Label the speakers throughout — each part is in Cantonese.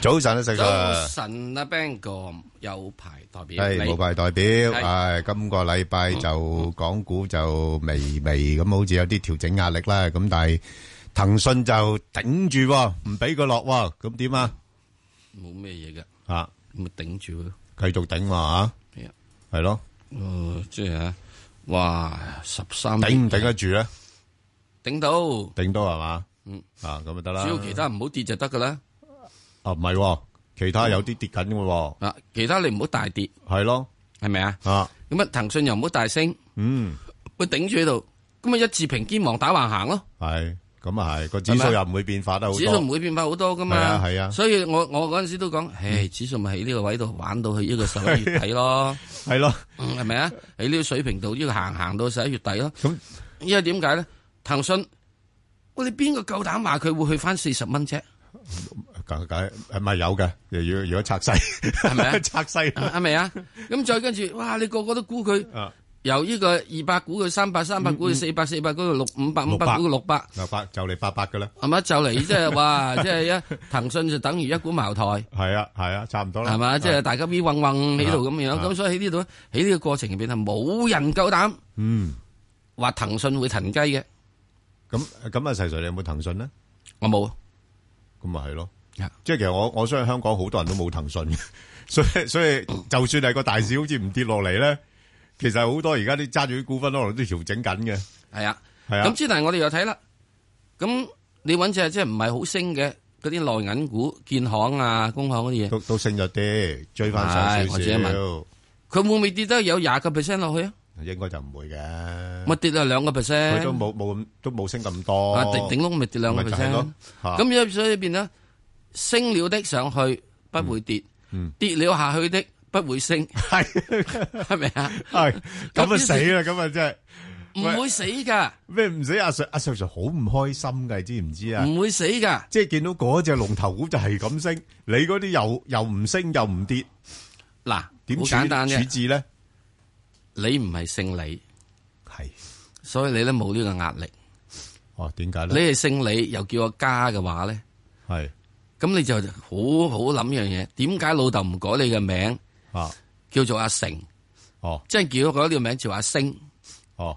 Speaker 1: 早晨啊，石 Sir
Speaker 2: 早。晨啊，Bang 哥有牌代表，
Speaker 1: 系
Speaker 2: 你
Speaker 1: 冇牌代表，
Speaker 2: 係
Speaker 1: 唉，今個禮拜就港股就微微咁，好似有啲調整壓力啦。咁但係騰訊就頂住喎，唔俾佢落喎，咁點啊？
Speaker 2: 冇咩嘢嘅，
Speaker 1: 啊，
Speaker 2: 咪頂住咯。
Speaker 1: 繼續頂嘛
Speaker 2: 係啊
Speaker 1: 吓，係咯，
Speaker 2: 哦，即係啊，哇，十三
Speaker 1: 頂唔頂啊得住咧？
Speaker 2: 頂到，
Speaker 1: 頂到係嘛？
Speaker 2: 嗯，
Speaker 1: 啊，咁就得啦。
Speaker 2: 只要其他唔好跌就得噶啦。
Speaker 1: 啊，唔係喎，其他有啲跌緊嘅喎，
Speaker 2: 啊，其他你唔好大跌，
Speaker 1: 係咯，
Speaker 2: 係咪啊？
Speaker 1: 啊，
Speaker 2: 咁啊，騰訊又唔好大升，
Speaker 1: 嗯，
Speaker 2: 佢頂住喺度，咁啊一字平肩望打橫行咯。
Speaker 1: 係，咁啊係，個指
Speaker 2: 係
Speaker 1: 數
Speaker 2: 咪
Speaker 1: 又唔會變化得好
Speaker 2: 指數唔
Speaker 1: 多，
Speaker 2: 會變化好多噶嘛。
Speaker 1: 係啊係啊
Speaker 2: 所以我我嗰陣時都講，唉，指數咪喺呢個位度玩到去呢個十一月底咯，
Speaker 1: 係咯，
Speaker 2: 嗯係咪啊？喺呢個水平度呢個行行到十一月底咯。
Speaker 1: 咁
Speaker 2: 因為點解咧？騰訊，我哋邊個夠膽話佢會去翻四十蚊啫？
Speaker 1: 梗梗唔係有嘅，如果如果拆細，係
Speaker 2: 咪 啊
Speaker 1: 拆細
Speaker 2: 係咪啊？咁再跟住，哇！你個個都估佢
Speaker 1: 啊嗯
Speaker 2: 由呢個二百估佢三百，三百估佢四百，四百估佢六五百，五百
Speaker 1: 600
Speaker 2: 估佢六百，
Speaker 1: 嗱八就嚟八百嘅啦，
Speaker 2: 係咪？就嚟即係話， 即係一騰訊就等於一股茅台。
Speaker 1: 係啊係啊，差唔多啦，
Speaker 2: 係嘛？即係大家 V 混混喺度咁樣，
Speaker 1: 啊
Speaker 2: 咁所以喺呢度喺呢個過程入邊係冇人夠膽
Speaker 1: 嗯，
Speaker 2: 話騰訊會騰雞嘅，
Speaker 1: 咁咁啊，細 Sir 你有冇騰訊咧？
Speaker 2: 我冇。
Speaker 1: 咁咪係咯
Speaker 2: 啊，
Speaker 1: 即係其實我我相信香港好多人都冇騰訊嘅， 所以所以就算係個大市好似唔跌落嚟咧，其實好多而家啲揸住啲股份可能都調整緊嘅，
Speaker 2: 係啊，
Speaker 1: 係啊
Speaker 2: 咁，之但係我哋又睇啦，咁你揾隻即係唔係好升嘅嗰啲內銀股、建行啊、工行嗰啲嘢，
Speaker 1: 都都升咗啲，追翻上
Speaker 2: 係
Speaker 1: 少
Speaker 2: 我自己問
Speaker 1: 少，
Speaker 2: 佢會唔會跌得有廿個 percent 落去啊？
Speaker 1: 應該就唔會嘅，
Speaker 2: 咪跌啊兩個 percent，
Speaker 1: 佢都冇冇咁都冇升咁多，
Speaker 2: 啊頂頂窿咪跌兩個
Speaker 1: 咪就係
Speaker 2: percent
Speaker 1: 咯。嚇
Speaker 2: 咁所以所以變咗升了的上去不會跌，跌了下去的不會 升，
Speaker 1: 係
Speaker 2: 係咪啊？
Speaker 1: 係咁啊死啦！咁啊真係
Speaker 2: 唔
Speaker 1: 喂
Speaker 2: 會死㗎，
Speaker 1: 咩唔死阿 Sir 阿 Sir 就好唔開心嘅，知唔知啊？
Speaker 2: 唔會死㗎。
Speaker 1: 即係見到嗰只龍頭股就係咁升，你嗰啲又又唔升又唔跌，
Speaker 2: 嗱，
Speaker 1: 點
Speaker 2: 好
Speaker 1: 處
Speaker 2: 簡單
Speaker 1: 處
Speaker 2: 啫。
Speaker 1: 置咧？
Speaker 2: 你唔係姓李，
Speaker 1: 係
Speaker 2: 所以你咧冇呢個壓力。
Speaker 1: 哦，點解
Speaker 2: 你
Speaker 1: 咧？
Speaker 2: 係姓李又叫我加嘅話咧，
Speaker 1: 係
Speaker 2: 咁你就好好諗樣嘢。點解老豆唔改你嘅名
Speaker 1: 啊，
Speaker 2: 叫做阿成，
Speaker 1: 哦
Speaker 2: 即係叫我改呢個名叫阿星
Speaker 1: 哦，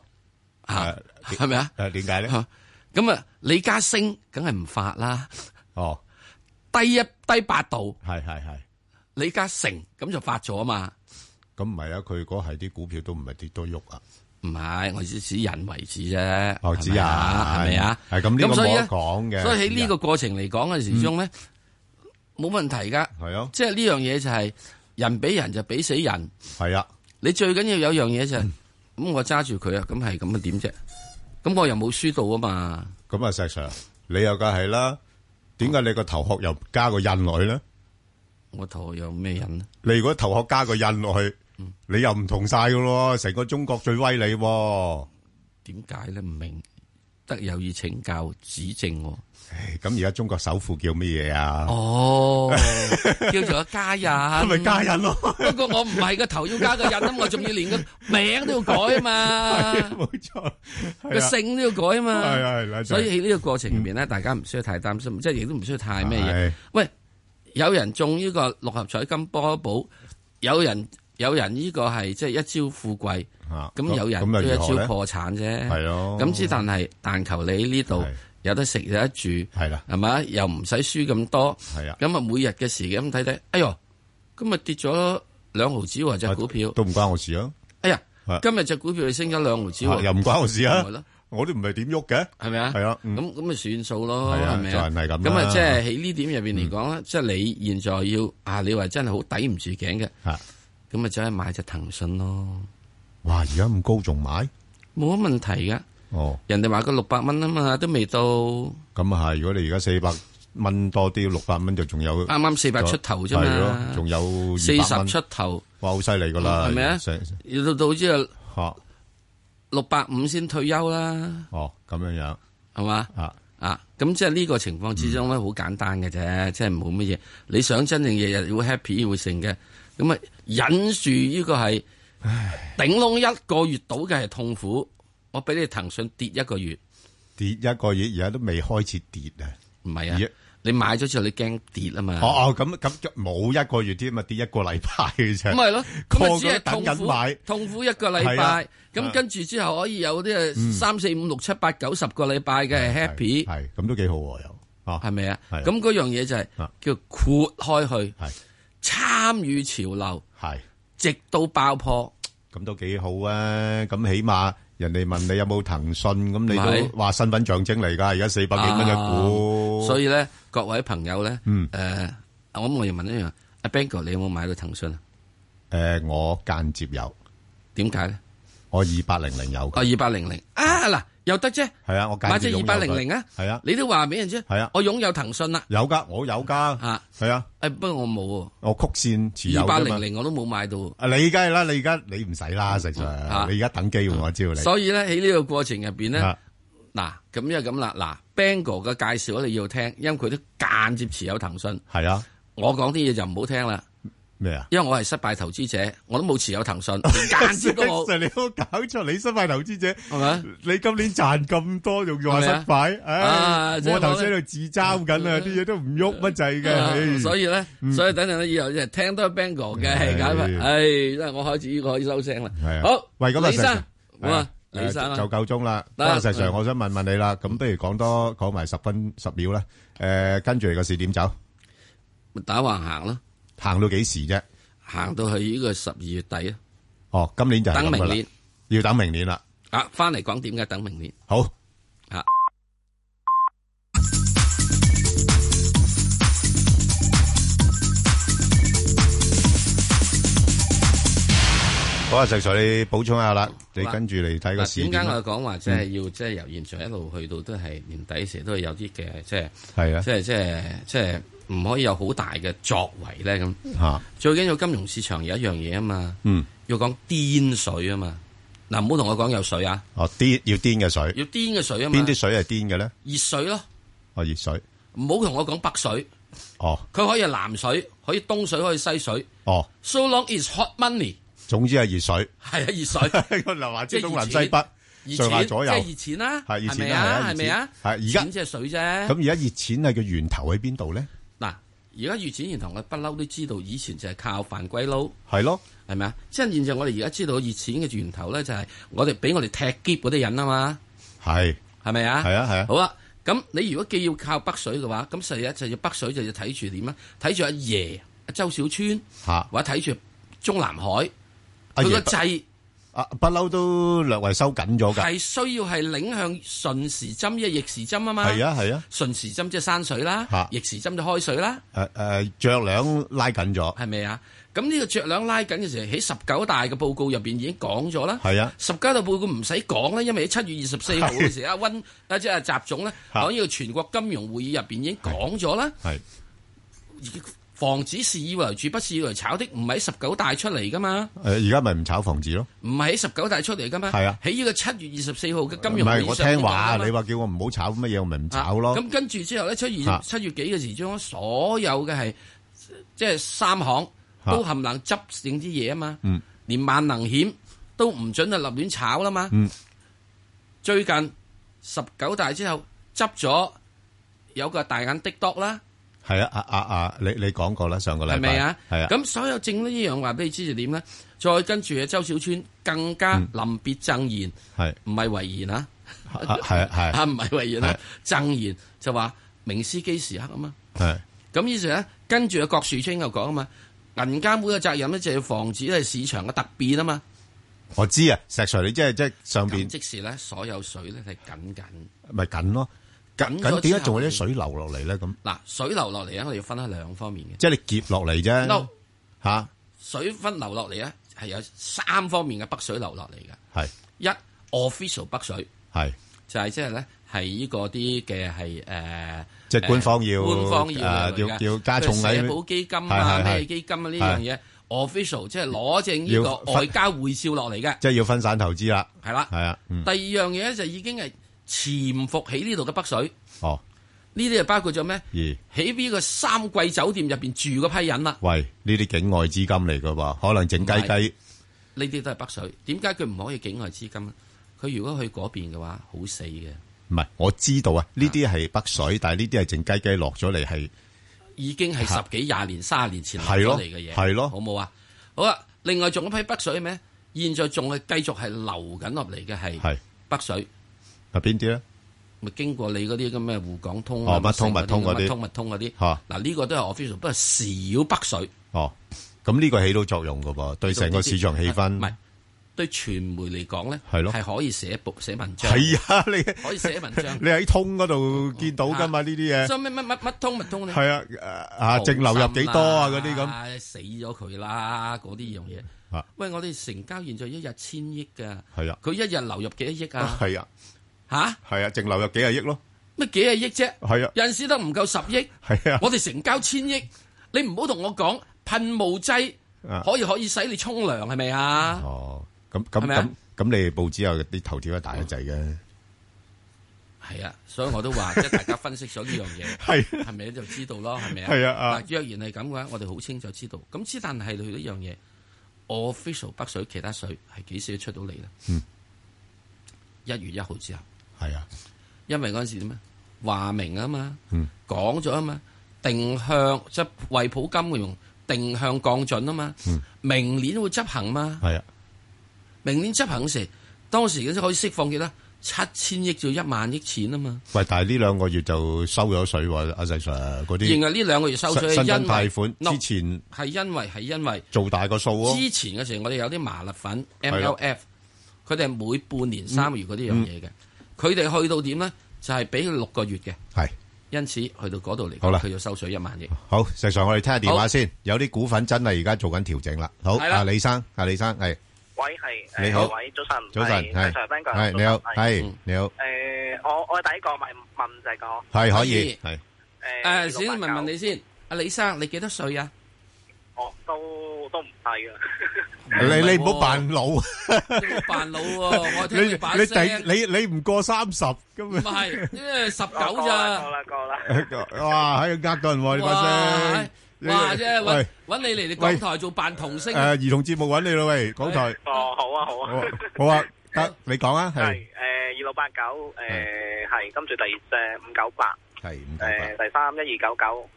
Speaker 2: 啊？
Speaker 1: 誒
Speaker 2: 係咪啊？
Speaker 1: 誒點解咧？
Speaker 2: 嚇咁啊，李嘉星梗係唔發啦，
Speaker 1: 哦，
Speaker 2: 低一低八度，
Speaker 1: 係係係，
Speaker 2: 李嘉誠咁就發咗啊嘛。
Speaker 1: 咁唔係啊？佢嗰係啲股票都唔係跌多喐啊！
Speaker 2: 唔係，我只指人為止啫。
Speaker 1: 哦，
Speaker 2: 係
Speaker 1: 指
Speaker 2: 咪
Speaker 1: 人
Speaker 2: 啊，係咪啊？
Speaker 1: 係咁呢個
Speaker 2: 所以
Speaker 1: 冇
Speaker 2: 咧
Speaker 1: 得講嘅。嗯
Speaker 2: 所以喺呢個過程嚟講嘅時鐘咧，冇問題㗎。
Speaker 1: 係啊，
Speaker 2: 即係呢樣嘢就係人俾人就俾死人，
Speaker 1: 係啊，
Speaker 2: 你最緊要有樣嘢就
Speaker 1: 嗯
Speaker 2: 係、咁我揸住佢啊，咁係咁啊點啫？咁我又冇輸到啊嘛，
Speaker 1: 咁啊，石 Sir，你又梗係啦。點解你個頭殼又加個印落去咧？
Speaker 2: 我頭有咩人啊咧？
Speaker 1: 你如果頭殼加個印落去，你又唔同晒噶咯，成個中國最威你喎。
Speaker 2: 點解咧？唔明，得有意請教指正我。
Speaker 1: 唉咁而家中國首富叫乜嘢啊？
Speaker 2: 哦， 叫做加
Speaker 1: 咁咪
Speaker 2: 人。
Speaker 1: 加印咯，
Speaker 2: 不過我唔係個頭要加個人啊，我仲要連個 名都要改啊嘛，
Speaker 1: 冇錯，
Speaker 2: 個
Speaker 1: 係啊
Speaker 2: 姓都要改啊嘛。
Speaker 1: 係啊係啊，
Speaker 2: 所以喺呢個過程入面咧，大家唔需要太擔心，即係亦都唔需要太咩嘢。
Speaker 1: 係
Speaker 2: 喂，有人中呢個六合彩金波寶，有人有人呢個係即係一朝富貴，
Speaker 1: 啊
Speaker 2: 咁有人
Speaker 1: 又
Speaker 2: 都一
Speaker 1: 如何咧
Speaker 2: 朝破產啫。
Speaker 1: 係咯
Speaker 2: 咁之但係但求你呢度
Speaker 1: 係
Speaker 2: 有得食有得住，
Speaker 1: 係啦，
Speaker 2: 係咪？又唔使輸咁多，
Speaker 1: 係啊，
Speaker 2: 咁啊每日嘅時咁睇睇，哎呦，今日跌咗兩毫子喎只股票，
Speaker 1: 都唔關我事啊，
Speaker 2: 哎呀
Speaker 1: 係，
Speaker 2: 今日只股票佢升咗兩毫子
Speaker 1: 啊又
Speaker 2: 喎，
Speaker 1: 唔關我事啊
Speaker 2: 咪，咯，
Speaker 1: 我都唔係點喐嘅，
Speaker 2: 係咪啊？
Speaker 1: 係啊，嗯
Speaker 2: 咁咁咪算數咯，
Speaker 1: 係啊
Speaker 2: 係咪
Speaker 1: 做人係咁啦嗯
Speaker 2: 咁啊，即係喺呢點入邊嚟講咧，啊即係你現在要啊，你話真係好抵唔住頸嘅，
Speaker 1: 啊
Speaker 2: 咁咪走去買只騰訊咯，
Speaker 1: 哇，而家咁高仲買，
Speaker 2: 冇乜問題噶。
Speaker 1: 哦，
Speaker 2: 人哋話佢六百蚊啊嘛，都未到，啱
Speaker 1: 咁啊係，如果你而家四百蚊多啲，六百蚊就仲有，
Speaker 2: 啱四百出頭啫
Speaker 1: 係咯仲
Speaker 2: 嘛，
Speaker 1: 有
Speaker 2: 四
Speaker 1: 二百
Speaker 2: 十
Speaker 1: 蚊，
Speaker 2: 出頭，
Speaker 1: 哇，好犀利噶啦，
Speaker 2: 係咪啊
Speaker 1: 成
Speaker 2: 要到到之後
Speaker 1: 吓
Speaker 2: 六百五先退休啦，
Speaker 1: 哦，咁樣樣
Speaker 2: 係嘛？
Speaker 1: 啊，
Speaker 2: 啊，咁即係呢個情況之中咧，好簡單嘅
Speaker 1: 嗯
Speaker 2: 啫，即係冇乜嘢。你想真正日日會 happy 會成嘅，咁啊忍住呢個係頂窿一個月到嘅係痛苦。我俾你騰訊跌一個月，
Speaker 1: 跌一個月而家都未開始跌啊，
Speaker 2: 唔係
Speaker 1: 而
Speaker 2: 啊，你買咗之後你驚跌啊嘛。
Speaker 1: 哦哦，咁咁冇一個月添啊，跌一個禮拜嘅啫。
Speaker 2: 咁 咪咯，咁咪只
Speaker 1: 個
Speaker 2: 係
Speaker 1: 個
Speaker 2: 痛
Speaker 1: 都等緊
Speaker 2: 苦
Speaker 1: 買，
Speaker 2: 痛苦一個禮
Speaker 1: 係啊嗯
Speaker 2: 拜，咁跟住之後可以有啲誒三四五六七八九十個禮拜嘅係 happy，
Speaker 1: 係咁都幾好喎，又啊
Speaker 2: 係咪啊？
Speaker 1: 係啊
Speaker 2: 咁嗰樣嘢就係
Speaker 1: 啊
Speaker 2: 叫豁開去，
Speaker 1: 係
Speaker 2: 參與潮流，
Speaker 1: 係
Speaker 2: 直到爆破。
Speaker 1: 咁都幾好啊！咁起碼人哋問你有冇騰訊，咁你
Speaker 2: 咪
Speaker 1: 都話身份象徵嚟㗎，而家四百啊幾蚊一股，
Speaker 2: 啊所以咧，各位朋友咧，
Speaker 1: 嗯
Speaker 2: 誒，我咁我又問一樣，阿 Bang 哥，你有冇買到騰訊啊？
Speaker 1: 誒我間接有，
Speaker 2: 點解咧？
Speaker 1: 我二八零零有
Speaker 2: 哦，
Speaker 1: 㗎，
Speaker 2: 二八零零啊嗱，又得啫，
Speaker 1: 係啊，我間
Speaker 2: 買
Speaker 1: 接擁
Speaker 2: 隻二
Speaker 1: 有
Speaker 2: 八零零
Speaker 1: 佢
Speaker 2: 啊，
Speaker 1: 係啊，
Speaker 2: 你都話俾人知，
Speaker 1: 係啊
Speaker 2: 我擁有騰訊啦，
Speaker 1: 有㗎，我有㗎，
Speaker 2: 啊，
Speaker 1: 係啊，
Speaker 2: 誒，不過我冇喎。
Speaker 1: 我曲線持有
Speaker 2: 二八
Speaker 1: 㗎嘛
Speaker 2: 零。零我都冇買到喎，
Speaker 1: 啊，你梗係啦，你而家你唔使啦，實在，
Speaker 2: 啊
Speaker 1: 你而家等機會，我知道你。
Speaker 2: 所以咧喺呢個過程入邊咧，
Speaker 1: 啊
Speaker 2: 嗱咁因為咁啦，嗱 Bang 哥嘅介紹你要聽，因為佢都間接持有騰訊，
Speaker 1: 係啊，
Speaker 2: 我講啲嘢就唔好聽啦，
Speaker 1: 咩啊？
Speaker 2: 因為我係失敗投資者，我都冇持有 騰訊，連間接都冇，
Speaker 1: Sir，你都搞錯，你失敗投資者，
Speaker 2: 係咪？
Speaker 1: 你今年賺咁多，仲要話失敗，
Speaker 2: 啊
Speaker 1: 唉，
Speaker 2: 即係
Speaker 1: 我頭先喺度自嘲緊啊，
Speaker 2: 我
Speaker 1: 啲嘢都唔喐乜滯
Speaker 2: 啊
Speaker 1: 嘅，
Speaker 2: 所
Speaker 1: 以
Speaker 2: 以咧，所以等陣咧，以後就聽多 Bang 哥嘅
Speaker 1: 係
Speaker 2: 解法，唉，因為我開始呢個可以收聲啦
Speaker 1: 係。啊
Speaker 2: 好，
Speaker 1: 喂咁啊
Speaker 2: 李生，
Speaker 1: Sir，
Speaker 2: 好啊，李生
Speaker 1: 就
Speaker 2: 啊，
Speaker 1: 夠鐘啦。不
Speaker 2: 得
Speaker 1: 過實上，
Speaker 2: 嗯
Speaker 1: 我想問問你啦，咁不如講多講埋十分十秒啦。誒，跟住嚟個市點走，
Speaker 2: 咪打橫行咯，
Speaker 1: 行到幾時啫？
Speaker 2: 行到去呢個十二月底啊，
Speaker 1: 哦，今年就係咁
Speaker 2: 等
Speaker 1: 㗎啦
Speaker 2: 明年
Speaker 1: 要等明年啦。
Speaker 2: 啊，翻嚟講點解等明年。
Speaker 1: 好，
Speaker 2: 啊
Speaker 1: 好啊，石 Sir，你補充下啦，你
Speaker 2: 好啊
Speaker 1: 跟住嚟睇個
Speaker 2: 嗱，
Speaker 1: 市
Speaker 2: 點
Speaker 1: 點
Speaker 2: 解
Speaker 1: 啦。
Speaker 2: 我講話即係要即係由現在一路去到都係年底時都係有啲嘅，即係
Speaker 1: 係啊
Speaker 2: 即，係即係即係唔可以有好大嘅作為咧咁。
Speaker 1: 吓，
Speaker 2: 最緊要金融市場有一樣嘢啊嘛，
Speaker 1: 嗯，
Speaker 2: 要講癲水啊嘛。嗱，唔好同我講有水啊，
Speaker 1: 哦，癲要癲嘅水，
Speaker 2: 要癲嘅水啊嘛
Speaker 1: 邊，啲水係癲嘅咧？
Speaker 2: 熱水咯，
Speaker 1: 哦，熱水，
Speaker 2: 唔好同我講北水，
Speaker 1: 哦，
Speaker 2: 佢可以係南水，可以東水，可以西水。
Speaker 1: 哦，
Speaker 2: So long is hot money，
Speaker 1: 總之係熱水。。
Speaker 2: 係啊，熱水
Speaker 1: 流華之
Speaker 2: 即係
Speaker 1: 東
Speaker 2: 熱
Speaker 1: 南
Speaker 2: 錢
Speaker 1: 西北。
Speaker 2: 熱
Speaker 1: 上下
Speaker 2: 錢
Speaker 1: 左右
Speaker 2: 即係熱錢啦，
Speaker 1: 係熱錢
Speaker 2: 係咪
Speaker 1: 啦係啊
Speaker 2: 啊？係咪啊？
Speaker 1: 熱錢係而家
Speaker 2: 錢即係水啫。
Speaker 1: 咁而家熱錢係嘅源頭喺邊度咧？
Speaker 2: 嗱，而家越展現同我不嬲都知道，以前就係靠犯鬼佬，
Speaker 1: 係咯，
Speaker 2: 係咪啊？即係現在我哋而家知道熱錢嘅源頭咧，就係我哋俾我哋踢劫嗰啲人啊嘛，
Speaker 1: 係
Speaker 2: 係咪啊？
Speaker 1: 係啊係啊
Speaker 2: 好啊，咁你如果既要靠北水嘅話，咁實日就要北水就要睇住點啊？睇住阿爺阿周小川，
Speaker 1: 吓，
Speaker 2: 或者睇住中南海，
Speaker 1: 阿
Speaker 2: 佢個
Speaker 1: 爺
Speaker 2: 掣
Speaker 1: 啊不嬲都略為收緊咗㗎。
Speaker 2: 係需要係擰向順時針一逆時針啊嘛。
Speaker 1: 係啊係啊，
Speaker 2: 順時針即係山水啦
Speaker 1: 嚇，
Speaker 2: 逆時針就開水啦，
Speaker 1: 誒誒，着量拉緊咗。
Speaker 2: 係咪啊？咁呢個着兩拉緊嘅時候，喺十九大嘅報告入邊已經講咗啦。
Speaker 1: 係啊
Speaker 2: 十九大報告唔使講啦，因為喺七月二十 四號嘅時候，阿温啊即係習總咧
Speaker 1: 嚇
Speaker 2: 講呢個全國金融會議入邊已經講咗啦。
Speaker 1: 係
Speaker 2: 房子是以為住，不是以為炒的，唔係喺十九大出嚟噶嘛，
Speaker 1: 誒，而家咪唔炒房子咯。
Speaker 2: 唔係喺十九大出嚟噶嘛。
Speaker 1: 係啊
Speaker 2: 喺呢個七月二十四號嘅
Speaker 1: 唔
Speaker 2: 金融會
Speaker 1: 係
Speaker 2: 議
Speaker 1: 我
Speaker 2: 上面
Speaker 1: 聽話，啊
Speaker 2: 講㗎嘛
Speaker 1: 你話叫我唔好炒乜嘢，我咪唔
Speaker 2: 啊
Speaker 1: 炒咯。
Speaker 2: 咁跟住之後咧，七月
Speaker 1: 啊
Speaker 2: 七月幾嘅時將所有嘅係即係三行
Speaker 1: 啊
Speaker 2: 都冚唪唥執定啲嘢啊嘛。
Speaker 1: 嗯
Speaker 2: 連萬能險都唔准啊立亂炒啦嘛。
Speaker 1: 嗯
Speaker 2: 最近十九大之後執咗有個大眼的多啦，
Speaker 1: 係啊啊啊啊！你你講過啦，上個
Speaker 2: 係
Speaker 1: 禮
Speaker 2: 咪
Speaker 1: 拜
Speaker 2: 啊？
Speaker 1: 係啊，
Speaker 2: 咁所有證呢一樣話俾你知就點咧？再跟住啊，周小川更加臨別贈言，
Speaker 1: 係
Speaker 2: 唔係遺言啊，
Speaker 1: 啊係係
Speaker 2: 啊唔係遺言啊，贈言就話明斯基時刻啊嘛。
Speaker 1: 係
Speaker 2: 咁於是咧，跟住阿郭樹清又講啊嘛，銀監會嘅責任咧就要防止咧市場嘅突變啊嘛。
Speaker 1: 我知啊，石 Sir 你即係即係上
Speaker 2: 咁
Speaker 1: 邊
Speaker 2: 即時咧，所有水咧係緊緊。
Speaker 1: 咪緊咯，緊
Speaker 2: 緊咗之
Speaker 1: 緊
Speaker 2: 後
Speaker 1: 點解仲有啲水流落嚟咧？咁
Speaker 2: 嗱，水流落嚟咧，我哋要分開兩方面嘅。
Speaker 1: 即係你夾落嚟啫。
Speaker 2: no，
Speaker 1: 吓
Speaker 2: 水分流落嚟咧係有三方面嘅北水流落嚟嘅。
Speaker 1: 係
Speaker 2: 一 official 北水
Speaker 1: 係，
Speaker 2: 就係即係咧係呢個啲嘅係誒，
Speaker 1: 即係官方要
Speaker 2: 誒官方要
Speaker 1: 啊
Speaker 2: 嘅
Speaker 1: 要要加重
Speaker 2: 譬如社保
Speaker 1: 喺
Speaker 2: 基金
Speaker 1: 係係
Speaker 2: 啊，
Speaker 1: 係
Speaker 2: 咩基金啊呢樣嘢 official 即係攞正呢
Speaker 1: 要
Speaker 2: 個
Speaker 1: 分
Speaker 2: 外交匯照落嚟嘅，
Speaker 1: 即係要分散投資啦。
Speaker 2: 係啦。
Speaker 1: 係啊，嗯
Speaker 2: 第二樣嘢咧就已經係潛伏喺呢度嘅北水，
Speaker 1: 哦
Speaker 2: 呢啲就包括咗咩？
Speaker 1: 咦，
Speaker 2: 喺呢個三季酒店入邊住嗰批人啦，
Speaker 1: 喂呢啲境外資金嚟噶喎，可能整雞雞
Speaker 2: 啊呢啲都係北水。點解佢唔可以境外資金咧？佢如果去嗰邊嘅話，好死嘅。
Speaker 1: 唔係，我知道啊，呢啲係北水，但係呢啲係靜雞雞落咗嚟，係
Speaker 2: 已經係十幾廿年、三十年前落
Speaker 1: 係
Speaker 2: 咗
Speaker 1: 咯
Speaker 2: 嚟嘅嘢，
Speaker 1: 係咯
Speaker 2: 好冇啊？好啦，另外仲有一批北水咩？現在仲係繼續係流緊落嚟嘅係
Speaker 1: 係
Speaker 2: 北水，
Speaker 1: 係邊啲咧？
Speaker 2: 咪經過你嗰啲咁嘅滬港通啊、
Speaker 1: 哦乜通
Speaker 2: 成嗰
Speaker 1: 乜通嗰啲
Speaker 2: 乜通乜通嗰啲，
Speaker 1: 嚇
Speaker 2: 嗱呢個都係 official，不過少北水
Speaker 1: 哦，咁呢個起到作用噶噃，對成個市場氣氛
Speaker 2: 唔係對傳媒嚟講咧，
Speaker 1: 係咯
Speaker 2: 係可以寫報寫文章，
Speaker 1: 係啊，你。
Speaker 2: 可以寫文章
Speaker 1: 你喺通嗰度見到噶嘛？呢啲嘢
Speaker 2: 所以乜乜乜乜通乜通咧？
Speaker 1: 係啊，啊淨流入幾多啊？嗰啲咁
Speaker 2: 唉死咗佢啦！嗰啲樣嘢
Speaker 1: 啊。
Speaker 2: 喂，我哋成交現在一日千億㗎，
Speaker 1: 係啊，
Speaker 2: 佢一日流入幾多億啊？
Speaker 1: 係啊，
Speaker 2: 吓？
Speaker 1: 係啊，淨流入幾廿億咯，
Speaker 2: 乜幾廿億啫？
Speaker 1: 係啊，
Speaker 2: 有陣時都唔夠十億，
Speaker 1: 係啊，
Speaker 2: 我哋成交千億，你唔好同我講噴霧劑
Speaker 1: 啊
Speaker 2: 可以可以使你沖涼係咪啊？
Speaker 1: 哦，咁咁
Speaker 2: 係咪啊
Speaker 1: 咁咁，你報紙有啲頭條都大得 滯嘅，
Speaker 2: 係啊，所以我都話即係大家分析咗呢樣 嘢。
Speaker 1: 係
Speaker 2: 係咪就知道咯？係咪啊？
Speaker 1: 係啊啊
Speaker 2: 嗱，若然係咁嘅話，我哋好清楚知道。咁之但係佢一樣嘢，official 北水其他水係幾時都出到嚟咧？
Speaker 1: 嗯，
Speaker 2: 一月一號之後，
Speaker 1: 係啊，
Speaker 2: 因為嗰陣時點啊？話明啊嘛
Speaker 1: 嗯，
Speaker 2: 講咗啊嘛，定向即係惠普金融定向降準啊嘛，
Speaker 1: 嗯
Speaker 2: 明年會執行嘛？
Speaker 1: 係啊，
Speaker 2: 明年執行嗰時，當時嗰啲可以釋放幾多？七千億到一萬億錢啊嘛，
Speaker 1: 喂，但係呢兩個月就收咗水喎，阿細 Sir 嗰
Speaker 2: 認
Speaker 1: 啲
Speaker 2: 為呢兩個月收
Speaker 1: 新
Speaker 2: 水
Speaker 1: 新
Speaker 2: 係
Speaker 1: 增
Speaker 2: 因
Speaker 1: 貸
Speaker 2: 為
Speaker 1: 款
Speaker 2: no，
Speaker 1: 之前
Speaker 2: 係因為係因為。
Speaker 1: 做大個數喎，
Speaker 2: 之前嘅時候，我哋有啲麻辣粉
Speaker 1: 啊係嗯咯
Speaker 2: MLF，佢哋係每半年三個月嗰啲樣嘢嘅，佢哋去到點咧？就係俾佢六個月嘅，
Speaker 1: 係。
Speaker 2: 因此去到嗰度嚟
Speaker 1: 好
Speaker 2: 講，
Speaker 1: 啦
Speaker 2: 佢要收水一萬億。
Speaker 1: 好，石 Sir，我哋聽下電話
Speaker 2: 好
Speaker 1: 先。有啲股份真係而家做緊調整啦。好，
Speaker 2: 係啦
Speaker 1: 阿李生，阿李生，係
Speaker 3: 喂，係誒
Speaker 1: 你好
Speaker 3: 各位早晨，
Speaker 1: 早晨，係
Speaker 3: 係早晨，Ben 哥，
Speaker 1: 係你好，係
Speaker 2: 嗯
Speaker 1: 你好，
Speaker 3: 誒，我我第一個問問就係講
Speaker 1: 係可
Speaker 2: 可
Speaker 1: 以
Speaker 2: 以，
Speaker 1: 係
Speaker 3: 誒，
Speaker 2: 誒，先問問你，先，阿李生，你幾多歲啊？
Speaker 3: 我都都唔細啊，
Speaker 1: 你你
Speaker 2: 係喎
Speaker 1: 唔好扮，老，
Speaker 2: 你唔好扮 老喎，
Speaker 1: 你
Speaker 2: 我聽
Speaker 1: 你
Speaker 2: 你把聲，
Speaker 1: 頂你你唔過三十
Speaker 2: 唔
Speaker 1: 咁
Speaker 2: 係，因為十
Speaker 3: 我
Speaker 2: 九
Speaker 3: 過啦
Speaker 2: 咋
Speaker 3: 過。啦 過啦，
Speaker 1: 啊！哇，喺度呃到人喎，你把
Speaker 2: 哇
Speaker 1: 聲，你
Speaker 2: 哇！即係揾
Speaker 1: 喂
Speaker 2: 揾你嚟你
Speaker 1: 喂
Speaker 2: 港台做扮童星，啊
Speaker 1: 誒兒童節目揾你啦，喂，港台，
Speaker 3: 哦好啊好啊
Speaker 1: 好，好啊，得你講啊，
Speaker 3: 係誒
Speaker 1: 係
Speaker 3: 二六八九誒係，跟住第二隻五九八，
Speaker 1: 係唔
Speaker 3: 誒
Speaker 1: 該，
Speaker 3: 第三一二九九，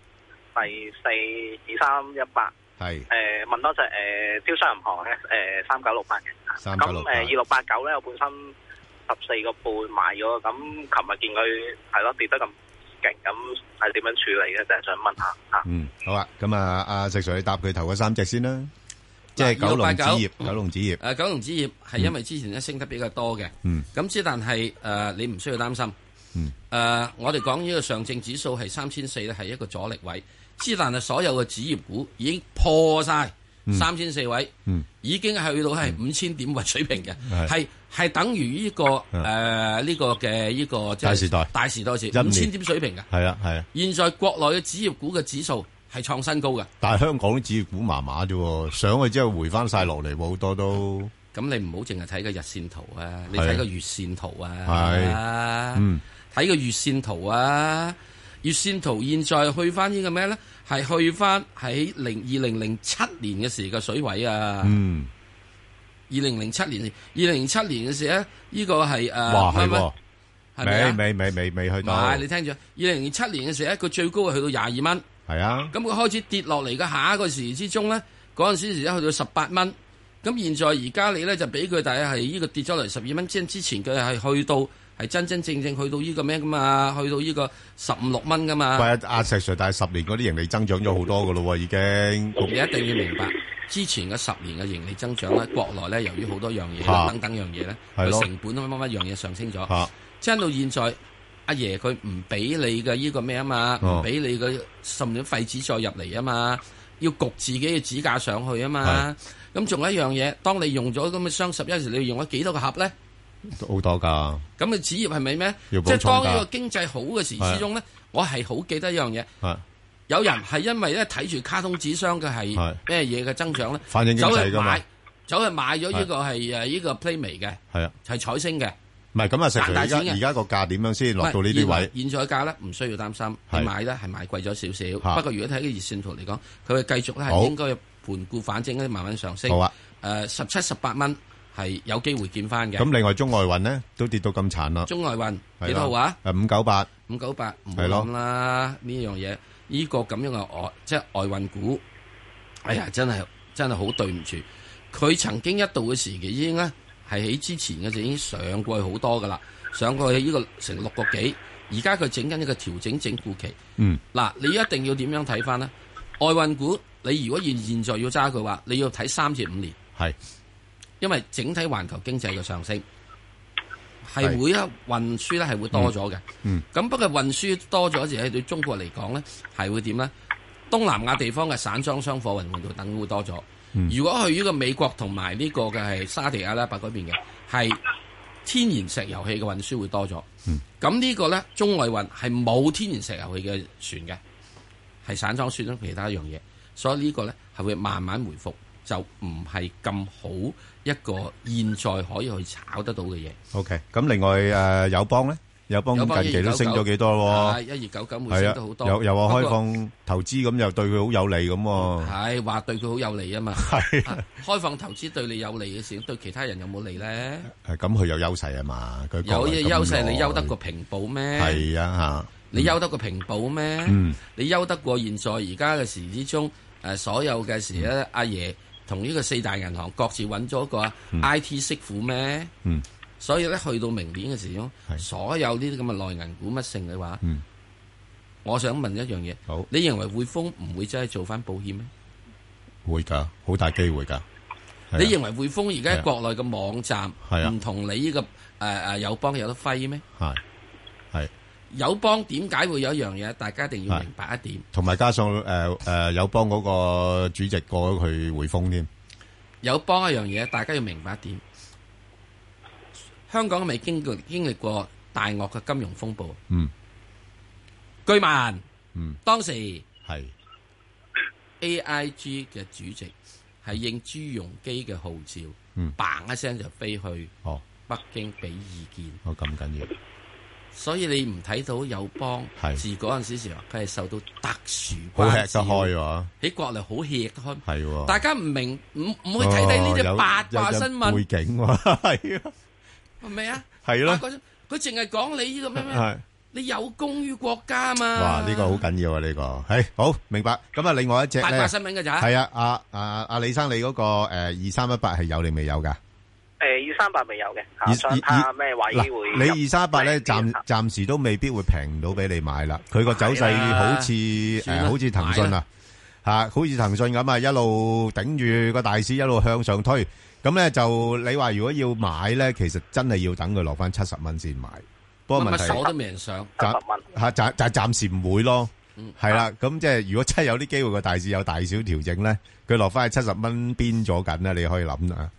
Speaker 3: 第四二三一八。
Speaker 1: 係
Speaker 3: 誒問多隻誒招商銀行咧誒三九六八嘅，
Speaker 1: 3968
Speaker 3: 咁誒二六八九咧我本身十四個半買咗，咁琴日見佢係咯跌得咁勁，咁係點樣處理咧？就係想問下嚇。
Speaker 1: 嗯好啊，咁啊，阿石 Sir 你搭佢頭嗰三隻先啦，即係
Speaker 2: 嗱
Speaker 1: 九龍
Speaker 2: 2689
Speaker 1: 紙業，九龍紙業，
Speaker 2: 誒呃九龍紙業係因為之前咧升得比較多嘅，
Speaker 1: 嗯
Speaker 2: 咁之但係誒、呃你唔需要擔心，誒、呃
Speaker 1: 嗯
Speaker 2: 我哋講呢個上證指數係三千四咧係一個阻力位，之但係所有嘅紙業股已經破晒三千四位，
Speaker 1: 嗯
Speaker 2: 已經去到係五千點位水平嘅，
Speaker 1: 係啊
Speaker 2: 係係等於呢、個誒呢、個嘅呢、個即係
Speaker 1: 大時代
Speaker 2: 大時代時
Speaker 1: 年
Speaker 2: 五千點水平嘅，
Speaker 1: 係啊係啊。
Speaker 2: 現在國內嘅紙業股嘅指數係創新高嘅，
Speaker 1: 但系香港啲紙業股麻麻啫喎，上去之後回翻晒落嚟喎，好多都
Speaker 2: 咁你唔好淨係睇個日線圖啊，你
Speaker 1: 係啊
Speaker 2: 睇個月線圖啊，
Speaker 1: 係嗯
Speaker 2: 睇個月線圖啊，月線圖現在去翻呢個咩咧？係去翻喺零二零零七年嘅時嘅水位啊！二
Speaker 1: 嗯，
Speaker 2: 零零七年，二零零七年嘅時咧，呢個係誒，
Speaker 1: 哇係
Speaker 2: 乜乜
Speaker 1: 喎，
Speaker 2: 係咪啊？
Speaker 1: 未未未未未去
Speaker 2: 唔
Speaker 1: 到，
Speaker 2: 係你聽住，二零零七年嘅時咧，佢最高係去到廿二蚊，
Speaker 1: 係啊，
Speaker 2: 咁佢開始跌落嚟嘅下一個時之中咧，嗰陣時時咧去到十八蚊，咁現在而家你咧就俾佢大約係呢個跌咗嚟十二蚊，即係之前佢係去到係真真正正去到呢個咩噶嘛，去到呢個十五六蚊噶嘛。
Speaker 1: 喂阿石 Sir，但係十年嗰啲盈利增長咗好多噶咯喎，已經
Speaker 2: 你一定要明白，之前嘅十年嘅盈利增長咧，國內咧由於好多樣嘢
Speaker 1: 啊
Speaker 2: 啦等等樣嘢咧，
Speaker 1: 係咯
Speaker 2: 佢成本乜乜乜樣嘢上升咗，
Speaker 1: 嚇
Speaker 2: 即係到現在，阿爺佢唔俾你嘅呢個咩啊嘛，
Speaker 1: 哦
Speaker 2: 唔俾你嘅甚至廢紙再入嚟啊嘛，要焗自己嘅指價上去啊嘛
Speaker 1: 係。
Speaker 2: 咁仲有一樣嘢，當你用咗咁嘅雙十一時，你要用咗幾多個盒咧？
Speaker 1: 好多㗎，
Speaker 2: 咁嘅紙業係咪咩？
Speaker 1: 要
Speaker 2: 即
Speaker 1: 補
Speaker 2: 係當
Speaker 1: 倉㗎
Speaker 2: 呢個經濟好嘅時之中咧，我係好記得一樣嘢。
Speaker 1: 係
Speaker 2: 有人係因為咧睇住卡通紙箱嘅係
Speaker 1: 係
Speaker 2: 咩嘢嘅增長咧，
Speaker 1: 反映經
Speaker 2: 走
Speaker 1: 濟
Speaker 2: 去
Speaker 1: 㗎嘛
Speaker 2: 買，走去買咗呢個係誒呢個 Playmate 嘅，
Speaker 1: 係啊，
Speaker 2: 係彩星嘅。
Speaker 1: 唔係咁啊，石 Sir，
Speaker 2: 賺大
Speaker 1: 而家
Speaker 2: 錢嘅
Speaker 1: 而家個價點樣先落到呢啲
Speaker 2: 唔係
Speaker 1: 位？
Speaker 2: 現在現在價咧唔需要擔心，你
Speaker 1: 係
Speaker 2: 買咧係買貴咗少
Speaker 1: 嚇
Speaker 2: 少。不過如果睇個熱線圖嚟講，佢會繼續咧
Speaker 1: 好
Speaker 2: 係應該盤固反正咧慢慢上升。
Speaker 1: 好啊，
Speaker 2: 誒十七十八蚊係有機會見翻嘅。
Speaker 1: 咁另外中外運咧都跌到咁殘啦，
Speaker 2: 中外運
Speaker 1: 係
Speaker 2: 幾多
Speaker 1: 啦
Speaker 2: 話？
Speaker 1: 誒五九八
Speaker 2: 五九八唔好
Speaker 1: 係咯
Speaker 2: 諗啦，呢樣嘢呢個咁樣嘅外即係外運股，哎呀真係真係好對唔住，佢曾經一度嘅時期已經咧係喺之前嘅就已經上過去好多噶啦，上過去呢個成六個幾，而家佢整緊一個調整整固期。
Speaker 1: 嗯
Speaker 2: 嗱，你一定要點樣睇翻呢？外運股你如果現現在要揸佢話，你要睇三至五年。
Speaker 1: 係
Speaker 2: 因為整體環球經濟嘅上升，係
Speaker 1: 係
Speaker 2: 會咧運輸咧係會多咗嘅。咁、
Speaker 1: 嗯
Speaker 2: 不過運輸多咗時，對中國嚟講咧係會點咧？東南亞地方嘅散裝商貨運活動等會多咗。
Speaker 1: 嗯
Speaker 2: 如果去呢個美國同埋呢個嘅係沙地阿拉伯嗰邊嘅係天然石油氣嘅運輸會多咗。咁呢個咧中外運係冇天然石油氣嘅船嘅，係散裝船同其他一樣嘢，所以呢個咧係會慢慢回復，就唔係咁好一個現在可以去炒得到嘅嘢。
Speaker 1: OK。咁另外誒友邦咧，友邦
Speaker 2: 友邦
Speaker 1: 近期都
Speaker 2: 1299
Speaker 1: 升咗幾多
Speaker 2: 啊，
Speaker 1: 喎？
Speaker 2: 一二九九會
Speaker 1: 係
Speaker 2: 升得好
Speaker 1: 啊，
Speaker 2: 多，
Speaker 1: 又又
Speaker 2: 不
Speaker 1: 話
Speaker 2: 過
Speaker 1: 開放投資咁，又對佢好有利咁喎。
Speaker 2: 係話對佢好有利啊嘛。
Speaker 1: 係
Speaker 2: 啊開放投資對你有利嘅事，對其他人有冇利咧？
Speaker 1: 係咁，佢有優勢啊嘛。佢
Speaker 2: 有
Speaker 1: 國內
Speaker 2: 嘢
Speaker 1: 咁
Speaker 2: 優勢，你
Speaker 1: 耐
Speaker 2: 優得過平保咩？
Speaker 1: 係啊
Speaker 2: 你優得過平保咩？
Speaker 1: 嗯
Speaker 2: 你優得過現在而家嘅時之中，誒、所有嘅時
Speaker 1: 嗯
Speaker 2: 咧，阿爺同呢個四大銀行各自揾咗個 I T 媳婦咩？
Speaker 1: 嗯
Speaker 2: 所以咧，去到明年嘅時鐘，
Speaker 1: 係
Speaker 2: 所有呢啲咁嘅內銀股乜性嘅話，
Speaker 1: 嗯
Speaker 2: 我想問一樣嘢，
Speaker 1: 嚇，好
Speaker 2: 你認為匯豐唔會真係做翻保險咩？
Speaker 1: 會㗎，好大機會㗎。係啊
Speaker 2: 你認為匯豐而家
Speaker 1: 係啊
Speaker 2: 喺國內嘅網站
Speaker 1: 係啊
Speaker 2: 唔同你呢、個誒誒、呃友邦有得揮咩？
Speaker 1: 係係。
Speaker 2: 友邦點解會有一樣嘢？大家一定要
Speaker 1: 係
Speaker 2: 明白一點。
Speaker 1: 同埋加上誒誒友邦嗰個主席過咗去匯豐添，
Speaker 2: 有幫一樣嘢，大家要明白一點。香港未經過經歷過大鱷嘅金融風暴，
Speaker 1: 嗯
Speaker 2: 居民
Speaker 1: 嗯
Speaker 2: 當時
Speaker 1: 係
Speaker 2: AIG 嘅主席係應朱鎔基嘅號召，
Speaker 1: 嗯
Speaker 2: 嘭一聲就飛去
Speaker 1: 哦
Speaker 2: 北京俾意見，
Speaker 1: 哦咁緊要
Speaker 2: 所以你唔睇到友邦
Speaker 1: 係
Speaker 2: 自嗰陣時時話佢係受到特殊
Speaker 1: 好
Speaker 2: 關
Speaker 1: 吃得
Speaker 2: 照
Speaker 1: 開喎，
Speaker 2: 喺國內好吃得開。
Speaker 1: 係喎，
Speaker 2: 大家唔明唔唔去睇睇呢
Speaker 1: 哦
Speaker 2: 只
Speaker 1: 有
Speaker 2: 八卦
Speaker 1: 有
Speaker 2: 新
Speaker 1: 有背
Speaker 2: 聞
Speaker 1: 景喎， 係啊
Speaker 2: 係咪啊？
Speaker 1: 係咯
Speaker 2: 八，卦新佢淨係講你呢個咩咩。
Speaker 1: 係
Speaker 2: 你有功於國家嘛？
Speaker 1: 哇呢個好緊要啊呢個，係好明白。咁啊另外一隻
Speaker 2: 八卦
Speaker 1: 咧
Speaker 2: 新聞嘅咋？
Speaker 1: 係啊阿阿阿李生你嗰個誒二三一八係有定未有㗎？
Speaker 3: 誒二三八未有嘅，嚇
Speaker 1: 二
Speaker 3: 想睇下咩位會入
Speaker 1: 嗱，你二三八咧，
Speaker 3: 咩
Speaker 1: 暫
Speaker 3: 啊
Speaker 1: 暫時都未必會平到俾你買啦。佢個走勢好似
Speaker 2: 算
Speaker 1: 誒，
Speaker 2: 啦
Speaker 1: 好似騰訊
Speaker 2: 買
Speaker 1: 啊，嚇，好似騰訊咁啊，一路頂住個大市一路向上推。咁咧就你話如果要買咧，其實真係要等佢落翻七十蚊先買。不過問
Speaker 2: 乜
Speaker 1: 題
Speaker 2: 手都未人上，
Speaker 1: 暫
Speaker 3: 70蚊
Speaker 1: 嚇暫暫暫時唔會咯
Speaker 2: 嗯。
Speaker 1: 係啦，咁即係如果真係有啲機會個大市有大小調整咧，佢落翻去七十蚊邊咗緊咧，你可以諗啦。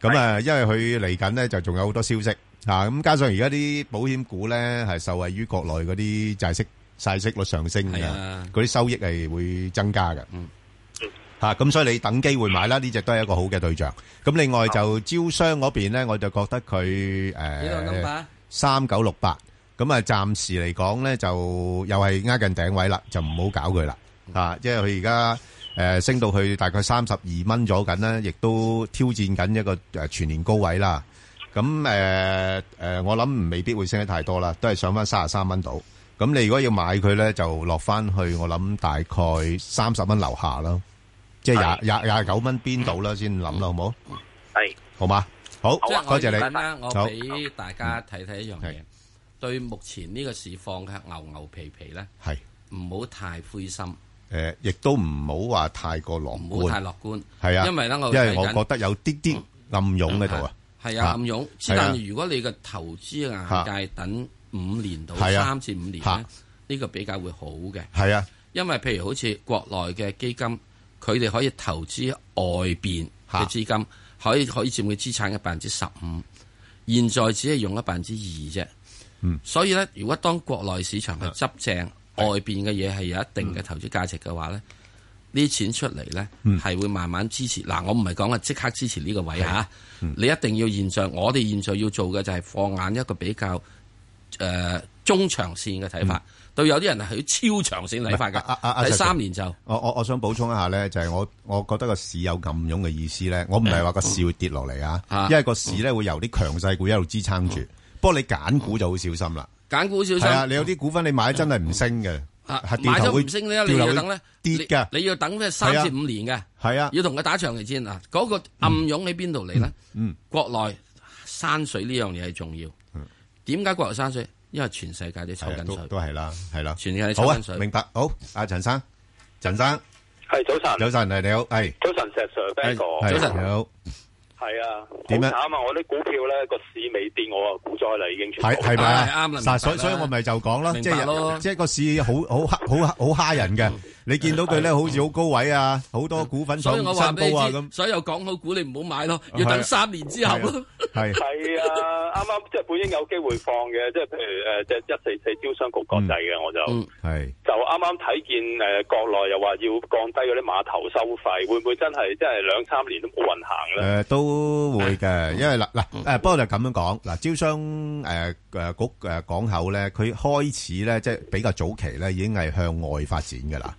Speaker 1: 咁啊，因為佢嚟緊咧就仲有好多消息啊，咁加上而家啲保險股咧係受惠於國內嗰啲債息債息率上升嘅
Speaker 2: 係，啊
Speaker 1: 嗰啲收益係會增加嘅
Speaker 2: 嗯。
Speaker 1: 吓咁、所以你等機會買啦，呢只都係一個好嘅對象。咁另外就招商嗰邊咧，我就覺得佢
Speaker 2: 幾
Speaker 1: 誒
Speaker 2: 多啊 number？
Speaker 1: 三九六八，咁啊暫時嚟講咧就又係挨近頂位啦，就唔好搞佢啦啊，因為佢而家。誒、升到去大概三十二蚊咗緊啦，亦都挑戰緊一個誒、全年高位啦。咁誒誒，我諗未必會升得太多啦，都係上翻三十三蚊度。咁你如果要買佢咧，就落翻去我諗大概三十蚊樓下啦，即係廿廿廿九蚊邊度啦，先諗啦，好冇？
Speaker 3: 係
Speaker 1: 好嘛？好
Speaker 3: 好啊，
Speaker 1: 多謝
Speaker 2: 我要
Speaker 1: 你
Speaker 2: 講。啦，
Speaker 1: 好嗯
Speaker 2: 我俾大家睇睇一樣
Speaker 1: 係
Speaker 2: 嘢，對目前呢個市況嘅牛牛皮皮咧，
Speaker 1: 係
Speaker 2: 唔好太灰心，唔
Speaker 1: 誒，呃亦都唔好話太過樂
Speaker 2: 好太
Speaker 1: 觀。
Speaker 2: 樂觀。
Speaker 1: 係啊，
Speaker 2: 因為咧我
Speaker 1: 因為我
Speaker 2: 睇緊
Speaker 1: 覺得有啲
Speaker 2: 嗯
Speaker 1: 啲暗湧喺度啊。
Speaker 2: 係
Speaker 1: 啊
Speaker 2: 啊，暗湧。之
Speaker 1: 係啊
Speaker 2: 但係如果你嘅投資嘅眼界等五年到
Speaker 1: 係啊
Speaker 2: 三至五年
Speaker 1: 嚇
Speaker 2: 咧，呢個比較會好嘅。
Speaker 1: 係啊，
Speaker 2: 因為譬如好似國內嘅基金，佢哋可以投資外邊嘅資金，可以可以佔佢資產嘅百分之十五。現在只係用咗百分之二啫。
Speaker 1: 嗯
Speaker 2: 所以咧，如果當國內市場係執正，外邊嘅嘢係有一定嘅投資價值嘅話咧，呢啲錢出嚟咧係會慢慢支持。嗱，我唔係講啊，即刻支持呢個位嚇，你一定要現在，我哋現在要做嘅就係放眼一個比較誒、呃中長線嘅睇法，對有啲人係去超長線睇法
Speaker 1: 唔係啊啊啊
Speaker 2: 㗎。第三年就
Speaker 1: 我我我想補充一下咧，就係、我我覺得個市有暗湧嘅意思咧，我唔係話個市會跌落嚟啊
Speaker 2: 嗯啊，嗯
Speaker 1: 因為個市咧會由啲強勢股一路支撐住。不過你揀股就好小心啦，
Speaker 2: 揀股小
Speaker 1: 係啊，
Speaker 2: 心。
Speaker 1: 你有啲股份你買真係唔升嘅，
Speaker 2: 嗯啊
Speaker 1: 係
Speaker 2: 買
Speaker 1: 掉頭會
Speaker 2: 咗唔升咧，你
Speaker 1: 掉頭
Speaker 2: 要
Speaker 1: 會
Speaker 2: 等咧
Speaker 1: 跌㗎
Speaker 2: 你你要等咩三
Speaker 1: 係啊
Speaker 2: 至五年嘅，
Speaker 1: 係啊，
Speaker 2: 要同佢打長期戰啊！嗰個暗湧喺邊度嚟咧？
Speaker 1: 嗯，
Speaker 2: 國內山水呢樣嘢係重要。點解國內山水？因為全世界都抽
Speaker 1: 係啊
Speaker 2: 緊
Speaker 1: 都
Speaker 2: 水。
Speaker 1: 都係啦，係啦，
Speaker 2: 全世界抽
Speaker 1: 好啊
Speaker 2: 緊，水
Speaker 1: 明白，好，阿陳生，陳生，
Speaker 4: 系早晨
Speaker 1: 早，晨，係你好，係，
Speaker 4: 早晨石 Sir
Speaker 2: 係
Speaker 4: Ben 哥，
Speaker 1: 係
Speaker 2: 早晨
Speaker 1: 你好，
Speaker 4: 系啊，
Speaker 1: 點啊
Speaker 4: 好惨啊！我啲股票咧個市未跌，我啊股災啦已經全部。
Speaker 1: 係係咪
Speaker 2: 係
Speaker 1: 啊？
Speaker 2: 啱啦
Speaker 1: 嗱，所
Speaker 2: 明白啦
Speaker 1: 所以我咪就講咯，
Speaker 2: 明
Speaker 1: 即
Speaker 2: 白
Speaker 1: 係
Speaker 2: 咯嗯
Speaker 1: 即係個市好好好好好蝦人嘅，你見到佢咧好似好高位啊，好多股份
Speaker 2: 所
Speaker 1: 創
Speaker 2: 以
Speaker 1: 新
Speaker 2: 我
Speaker 1: 高
Speaker 2: 話俾
Speaker 1: 啊
Speaker 2: 你
Speaker 1: 咁
Speaker 2: 知，。所有講好股你唔好買咯，
Speaker 1: 係啊嗯
Speaker 2: 要等三年之後咯。
Speaker 1: 係
Speaker 4: 係啊，啱啱即係本應有機會放嘅，即係譬如诶，誒即係一四四招商局國際嘅，我就
Speaker 2: 嗯
Speaker 1: 係
Speaker 4: 就啱啱睇見诶，誒國內又話要降低嗰啲碼頭收費，會唔會真係即係兩三年都冇運行咧？
Speaker 1: 誒都會嘅，因為嗱嗱誒，不過就咁樣講嗱，招商誒誒局誒港口咧，佢開始咧即係比較早期咧，已經係向外發展嘅啦。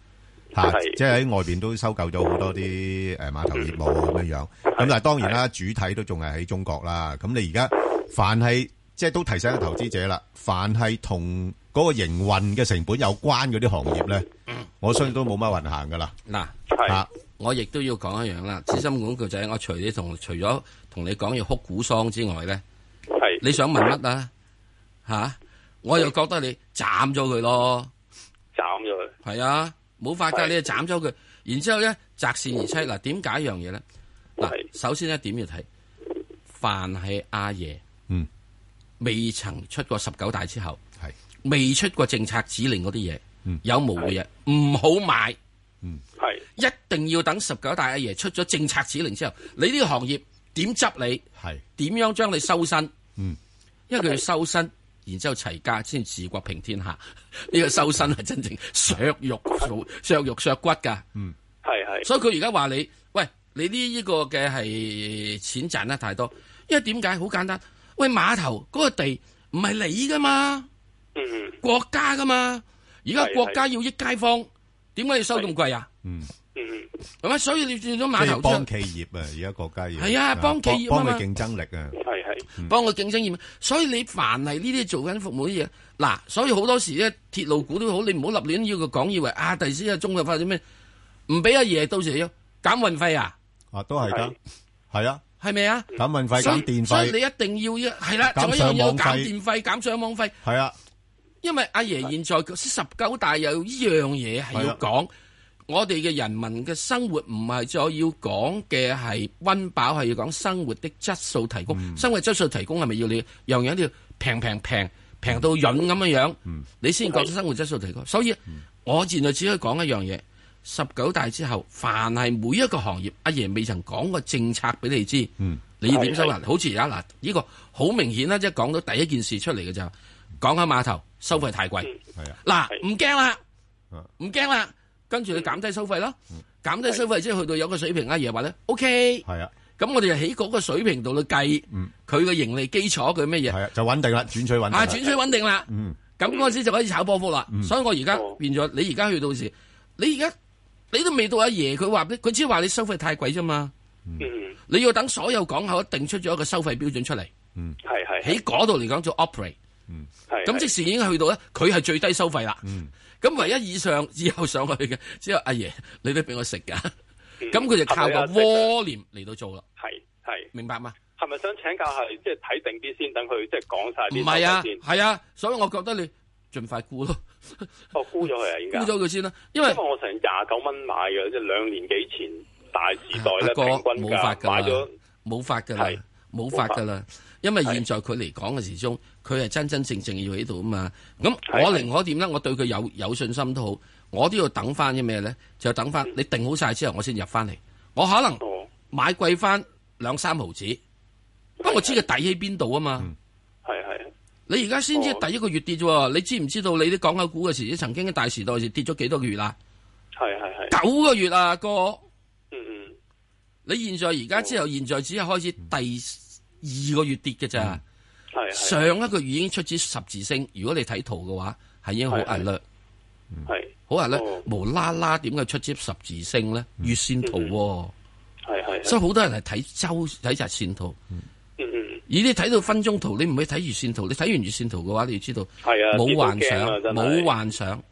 Speaker 1: 嚇，
Speaker 4: 係
Speaker 1: 即係喺外邊都收購咗好多啲誒碼頭業務咁樣樣。咁但係當然啦，主體都仲係喺中國啦。咁你而家凡係即係都提醒個投資者啦，凡係同嗰個營運嘅成本有關嗰啲行業咧，我相信都冇乜運行噶啦。
Speaker 2: 嗱，
Speaker 4: 係
Speaker 1: 嚇
Speaker 2: 我亦都要講一樣啦。資深廣告仔，我除咗同除咗同你講要哭股喪之外咧，
Speaker 4: 係
Speaker 2: 你想問乜啊？吓，我又覺得你斬咗佢咯。
Speaker 4: 斬咗佢，
Speaker 2: 系啊，冇法噶，
Speaker 4: 係
Speaker 2: 你就斬咗佢，然之后咧擇善而妻。嗱，點解一樣嘢咧？嗱，
Speaker 4: 係
Speaker 2: 首先一點要睇，凡係阿爺
Speaker 1: 嗯
Speaker 2: 未曾出過十九大之後，
Speaker 1: 係
Speaker 2: 未出過政策指令嗰啲嘢，
Speaker 1: 嗯
Speaker 2: 有模糊嘢唔好買，
Speaker 4: 係
Speaker 2: 一定要等十九大阿爺出咗政策指令之後，你呢個行業點執你？
Speaker 1: 係
Speaker 2: 點樣將你修身？
Speaker 1: 嗯，
Speaker 2: 因為佢要修身，然之後齊家先治國平天下。 呢、個修身係真正削肉削肉削骨㗎。
Speaker 4: 係係
Speaker 2: 所以佢而家話你，喂，你呢呢個嘅係錢賺得太多，因為點解？好簡單，喂，碼頭嗰個地唔係你噶嘛，
Speaker 4: 嗯
Speaker 2: 國家噶嘛，而家
Speaker 4: 係
Speaker 2: 國家要益街坊，點解要收咁貴啊？
Speaker 1: 嗯。
Speaker 4: 嗯
Speaker 2: 係咪？所以你轉咗
Speaker 1: 即係
Speaker 2: 碼頭之後
Speaker 1: 幫企業啊，而家國家要
Speaker 2: 係啊幫企業啊
Speaker 1: 幫
Speaker 2: 嘛
Speaker 1: 幫佢競爭力啊，
Speaker 4: 係係
Speaker 2: 幫佢競爭業務，所以你凡係呢啲做緊服務啲嘢，嗱，所以好多時咧鐵路股都好，你唔好立亂要佢講以為啊，第時啊中國發展咩，唔俾阿爺到時要減運費啊，
Speaker 1: 啊都係噶，係啊，
Speaker 2: 係咪啊？
Speaker 1: 減運費、
Speaker 2: 所
Speaker 1: 減
Speaker 2: 以
Speaker 1: 電
Speaker 2: 所以你
Speaker 1: 費，
Speaker 2: 一定要要係啦，
Speaker 1: 減
Speaker 2: 仲有一樣嘢要
Speaker 1: 上網
Speaker 2: 減
Speaker 1: 費
Speaker 2: 電費、減上網費，
Speaker 1: 係啊，
Speaker 2: 因為阿爺現在十九大有呢樣嘢係
Speaker 1: 係
Speaker 2: 要
Speaker 1: 啊
Speaker 2: 講，我哋嘅人民嘅生活唔係再要講嘅係温飽，係要講生活的質素提供。生活質素提供係咪要你樣樣都要平平平平到潤咁樣樣，你先覺得生活質素提高。所以我現在只可以講一樣嘢。十九大之後，凡係每一個行業，阿爺未曾講過政策俾你知，
Speaker 1: 嗯
Speaker 2: 你要點收人？好似而家嗱，呢個好明顯啊啦，即係講到第一件事出嚟嘅就係講緊碼頭收費太貴，
Speaker 1: 係啊，
Speaker 2: 嗱
Speaker 4: 係
Speaker 2: 唔驚啦
Speaker 1: 嗯，
Speaker 2: 唔驚啦，跟住你減低收費咯，減低收費即係去到有個水平，阿爺話咧，OK，
Speaker 1: 係啊，
Speaker 2: 咁我哋就喺嗰個水平度去計
Speaker 1: 嗯
Speaker 2: 佢嘅盈利基礎，佢咩嘢
Speaker 1: 係啊，就穩定啦，轉取穩定啦
Speaker 2: 啊，轉水穩定啦。
Speaker 1: 嗯
Speaker 2: 咁嗰陣時就可以炒波幅啦。所以我而家
Speaker 4: 哦
Speaker 2: 變咗，你而家去到時，你而家你都未到阿爺，佢話俾佢只係話你收費太貴啫嘛。
Speaker 4: 嗯
Speaker 2: 你要等所有港口一定出咗一個收費標準出嚟，
Speaker 4: 係係
Speaker 2: 喺嗰度嚟講做 operate。
Speaker 4: 係
Speaker 2: 咁即時已經去到咧，佢係最低收費啦。
Speaker 1: 嗯
Speaker 2: 咁唯一以上 以後上去嘅，只有阿爺你都俾我食㗎。 咁佢就靠
Speaker 4: 啊
Speaker 2: 個窩廉嚟到做啦，
Speaker 4: 係係
Speaker 2: 明白嗎？
Speaker 4: 係咪想請教下，即係睇定啲先，等佢即係講晒
Speaker 2: 唔
Speaker 4: 啲
Speaker 2: 係啊
Speaker 4: 手勢，先
Speaker 2: 係啊，所以我覺得你盡快沽咯，
Speaker 4: 我估咗佢啊，應
Speaker 2: 沽
Speaker 4: 該。
Speaker 2: 咗佢先啦，因為
Speaker 4: 因為我成廿九蚊買嘅，即係兩年幾前大時代咧，
Speaker 2: 阿哥
Speaker 4: 平均
Speaker 2: 啊冇法
Speaker 4: 價
Speaker 2: 㗎
Speaker 4: 買咗
Speaker 2: 啦，冇法㗎啦
Speaker 4: 係，
Speaker 2: 冇法㗎啦。因為現在佢嚟講嘅時鐘，佢係真真正正要喺度啊嘛。咁
Speaker 4: 係
Speaker 2: 我
Speaker 4: 係
Speaker 2: 寧可點咧？我對佢有有信心都好，我都要等翻啲咩咧？就等翻你定好晒之後，我先入翻嚟。我可能
Speaker 4: 哦，
Speaker 2: 買貴翻兩三毫子，不過我知佢底喺邊度啊嘛。
Speaker 4: 係係
Speaker 2: 你而家先知第一個月跌啫喎，你知唔知道你啲港口股嘅時曾經嘅大時代時跌咗幾多個月啊？
Speaker 4: 係係係，
Speaker 2: 九個月啊，哥！
Speaker 4: 嗯嗯，
Speaker 2: 你現在而家之後，現在只係開始第二個月跌嘅咋。
Speaker 4: 係係
Speaker 2: 上一個月已經出咗十字星，如果你睇圖嘅話，係已經好壓略，
Speaker 4: 係
Speaker 2: 好壓略
Speaker 4: 哦，
Speaker 2: 無啦啦點解出咗十字星咧？月線圖喎，
Speaker 4: 係係
Speaker 2: 所
Speaker 4: 係
Speaker 2: 以好多人係睇周睇日線圖。
Speaker 4: 嗯嗯
Speaker 2: 而你睇到分鐘圖，你唔可以睇月線圖。你睇完月線圖嘅話，你要知道
Speaker 4: 係啊
Speaker 2: 冇
Speaker 4: 跌到
Speaker 2: 幻想
Speaker 4: 驚啊，真係
Speaker 2: 冇幻想。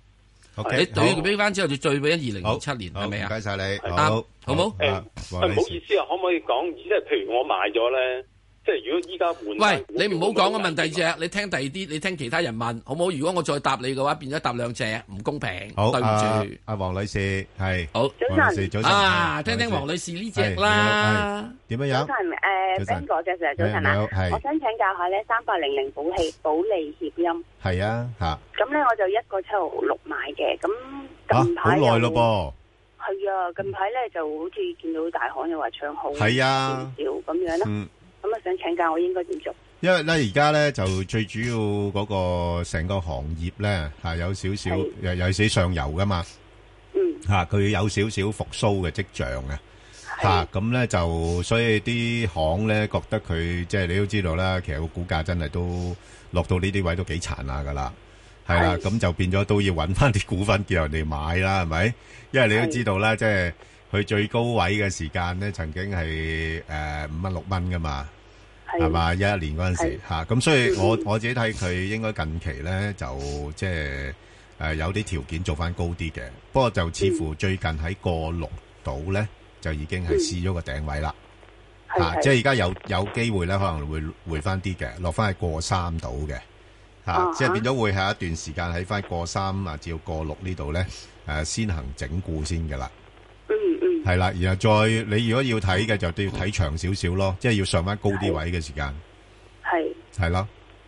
Speaker 1: OK，
Speaker 2: 你
Speaker 1: 好，
Speaker 2: 對比翻之後，你對比二零
Speaker 1: 好，
Speaker 2: 零七年
Speaker 1: 好，
Speaker 2: 係咪啊？
Speaker 1: 唔該晒你，
Speaker 4: 係。
Speaker 1: 好，
Speaker 2: 啱，
Speaker 1: 好，
Speaker 2: 好冇？
Speaker 1: 好，
Speaker 4: 誒
Speaker 1: 黃女
Speaker 4: 唔好意思啊，可唔可以講？即係譬如我買咗咧，即係如果依家換返
Speaker 2: 喂，
Speaker 4: 股票
Speaker 2: 你唔好講
Speaker 4: 會
Speaker 2: 咁
Speaker 4: 會
Speaker 2: 問第二隻，你聽第二啲，你聽其他人問好冇？如果我再答你嘅話，變咗答兩隻，唔公平，
Speaker 1: 好，
Speaker 2: 對唔住。
Speaker 1: 啊，阿黃女士，係，
Speaker 2: 好
Speaker 5: 早晨。
Speaker 1: 黃女士，早晨，
Speaker 2: 啊，聽聽
Speaker 1: 黃女士，
Speaker 2: 黃女士呢只啦，
Speaker 1: 點樣樣？
Speaker 5: 早晨，誒
Speaker 1: 早晨
Speaker 5: Ben 哥隻早晨
Speaker 1: 你好
Speaker 5: 啊！
Speaker 1: 係
Speaker 5: 我想請教下咧，三八零零保氣保利協鑫，
Speaker 1: 係啊，嚇。啊，
Speaker 5: 咁咧我就一個七號六買嘅，咁近排又係啊，近排咧就好似見到大行又話唱好，
Speaker 1: 好耐嘞噃。係啊，
Speaker 5: 少咁 樣啦，
Speaker 1: 嗯。
Speaker 5: 咁啊想請教我應該點做？
Speaker 1: 因為咧而家咧就最主要嗰個成個行業咧嚇有少少
Speaker 5: 係
Speaker 1: 有有少少上游噶嘛
Speaker 5: 嗯，
Speaker 1: 嚇，佢有少少復甦嘅跡象嘅嚇，
Speaker 5: 係
Speaker 1: 咁咧就所以啲行咧覺得佢即係你都知道啦，其實個股價真係都落到呢啲位都幾殘下噶啦，係啦，
Speaker 5: 係
Speaker 1: 咁就變咗都要揾翻啲股份叫人哋買啦，係咪？因為你都
Speaker 5: 係
Speaker 1: 知道啦，即係佢最高位嘅時間咧曾經係誒五蚊六蚊噶嘛。係
Speaker 5: 係
Speaker 1: 嘛？一一年嗰陣時
Speaker 5: 係
Speaker 1: 嚇，咁所以
Speaker 5: 嗯
Speaker 1: 我我自己睇佢應該近期咧就即係誒有啲條件做翻高啲嘅，不過就似乎最近喺個六度咧就已經係
Speaker 5: 嗯
Speaker 1: 試咗個頂位啦
Speaker 5: 係
Speaker 1: 嚇，
Speaker 5: 係
Speaker 1: 即係而家有有機會咧可能會回翻啲嘅，落翻係過三度嘅嚇
Speaker 5: 啊，
Speaker 1: 即係變咗會係一段時間喺翻過三啊至到過六呢度咧誒先行整固先嘅啦。
Speaker 5: 嗯嗯
Speaker 1: 係啦，然後再你如果要睇嘅就都要睇長少少咯，即係要上翻高啲位嘅時間
Speaker 5: 係
Speaker 1: 係啦。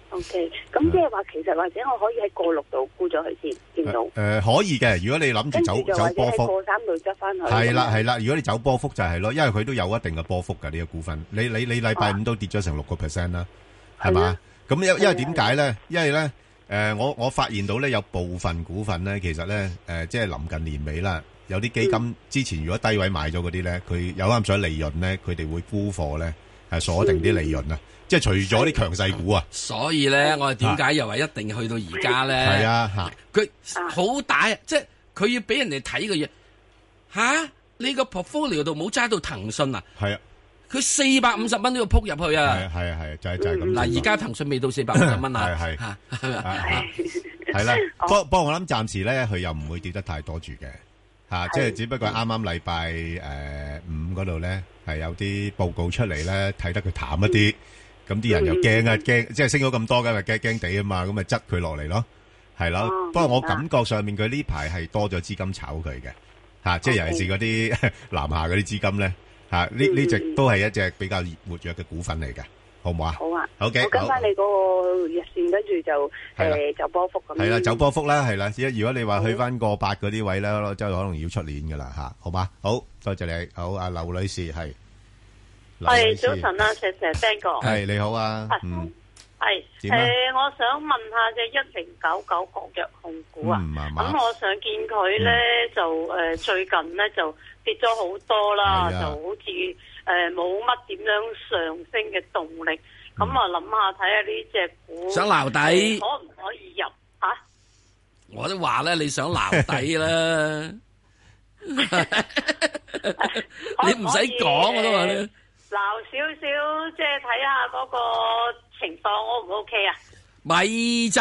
Speaker 5: OK，咁即係話其實或者我可以喺過六度沽咗佢先，見到
Speaker 1: 誒、呃可以嘅，如果你諗
Speaker 5: 跟住
Speaker 1: 住
Speaker 5: 就
Speaker 1: 走走
Speaker 5: 或者
Speaker 1: 波
Speaker 5: 喺
Speaker 1: 幅，
Speaker 5: 過三度執翻佢，
Speaker 1: 係啦係啦，如果你走波幅就係咯，因為佢都有一定嘅波幅㗎呢、個股份。你你你禮拜五都跌咗成六個 percent 啦，係
Speaker 5: 啊係
Speaker 1: 嘛
Speaker 5: 啊？
Speaker 1: 咁因因為
Speaker 5: 係啊
Speaker 1: 點解咧？因為咧誒、呃我我發現到咧有部分股份咧，其實咧誒、呃即係臨近年尾啦，有啲基
Speaker 5: 嗯
Speaker 1: 金之前如果低位買咗嗰啲咧，佢有啱想利潤咧，佢哋會沽貨咧，係鎖定啲利潤啊，即係除咗啲強勢股啊，
Speaker 2: 所以咧，我哋點解又話一定去到而家咧？
Speaker 1: 係，啊嚇。
Speaker 2: 佢好大，即係佢要俾人哋睇嘅嘢。吓，你個 portfolio 度冇揸到騰訊啊？
Speaker 1: 係啊，
Speaker 2: 佢四百五十蚊都要撲入去
Speaker 1: 係
Speaker 2: 啊！
Speaker 1: 啊，係啊，係啊，就係就係咁情況。
Speaker 2: 嗱，而家騰訊未到四百五十蚊啊，
Speaker 1: 係係
Speaker 2: 嚇係咪啊
Speaker 1: 啊係啦，不不過我諗暫時咧，佢又唔會跌得太多住嘅，吓、即係
Speaker 5: 係
Speaker 1: 只不過啱啱禮拜诶五嗰度咧，係有啲報告出嚟咧，睇得佢淡一啲，咁啲人又驚啊驚，即係升咗咁多，咁咪驚驚地啊嘛，咁咪執佢落嚟咯，係啦。
Speaker 5: 哦
Speaker 1: 不過我感覺上面佢呢排係多咗資金炒佢嘅，吓、即係尤其是嗰啲南下嗰啲資金咧，吓呢
Speaker 5: 嗯
Speaker 1: 呢只
Speaker 5: 嗯
Speaker 1: 都係一隻比較活躍嘅股份嚟嘅，好唔好啊
Speaker 5: 好啊。
Speaker 1: ？OK，
Speaker 5: 我跟
Speaker 1: 好
Speaker 5: 翻你嗰個日線，跟住就
Speaker 1: 係啦
Speaker 5: 誒走波幅咁。
Speaker 1: 系啦，走波幅啦，系啦。只如果你話去翻個八嗰啲位咧，就可能要出年噶啦吓，好嘛？好多謝你，好啊，劉女士係，劉女
Speaker 6: 系
Speaker 1: 士
Speaker 6: 早晨，啦，石石 Ben 哥，
Speaker 1: 係你好啊，
Speaker 6: 啊
Speaker 1: 嗯，
Speaker 6: 系
Speaker 1: 點啊
Speaker 6: 诶，我想問下只一零九九國藥控股啊，
Speaker 1: 嗯麻麻
Speaker 6: 咁我想見佢咧就诶最近咧就跌咗好多啦，
Speaker 1: 係
Speaker 6: 就
Speaker 1: 啊
Speaker 6: 好似诶冇乜點樣上升嘅動力，咁
Speaker 1: 嗯
Speaker 6: 我諗下睇下呢只股
Speaker 2: 想撈底
Speaker 6: 可唔可以入吓？
Speaker 2: 我都話咧，你想撈底啦，你唔使講我都話你。
Speaker 6: 留少少，即係睇下嗰個情況 O 唔 O K 啊？
Speaker 2: 米制，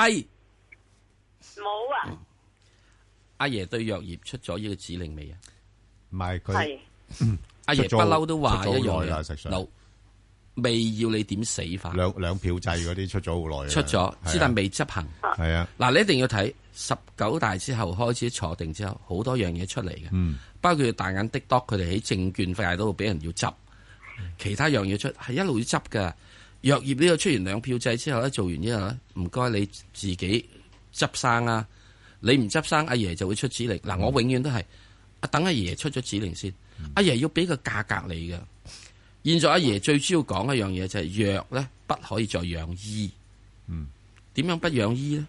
Speaker 6: 冇啊，
Speaker 2: 阿爺對藥業出咗呢個指令未啊？
Speaker 1: 唔係佢
Speaker 6: 係
Speaker 2: 阿爺
Speaker 1: 出
Speaker 2: 不
Speaker 1: 咗
Speaker 2: 嬲都話
Speaker 1: 出
Speaker 2: 一
Speaker 1: 咗好
Speaker 2: 樣
Speaker 1: 耐啦
Speaker 2: 嘢
Speaker 1: 實上
Speaker 2: ，no，未要你點死法，
Speaker 1: 兩兩票制嗰啲出咗好耐啦，啊
Speaker 2: 出咗，之但未執行。
Speaker 1: 係啊，
Speaker 2: 嗱，你一定要睇十九大之後開始坐定之後，好多樣嘢出嚟嘅，
Speaker 1: 嗯
Speaker 2: 包括大眼的多，佢哋喺證券界嗰度俾人要執，其他樣嘢出係一路要執嘅。藥業呢個出完兩票制之後咧，做完之後咧，唔該你自己執生啊！你唔執生，阿爺就會出指令。嗱，我永遠都係啊，等阿爺出咗指令先，阿爺要俾個價格你嘅。現在阿爺最主要講一樣嘢就係藥咧不可以再養醫。
Speaker 1: 嗯，
Speaker 2: 點樣不養醫呢？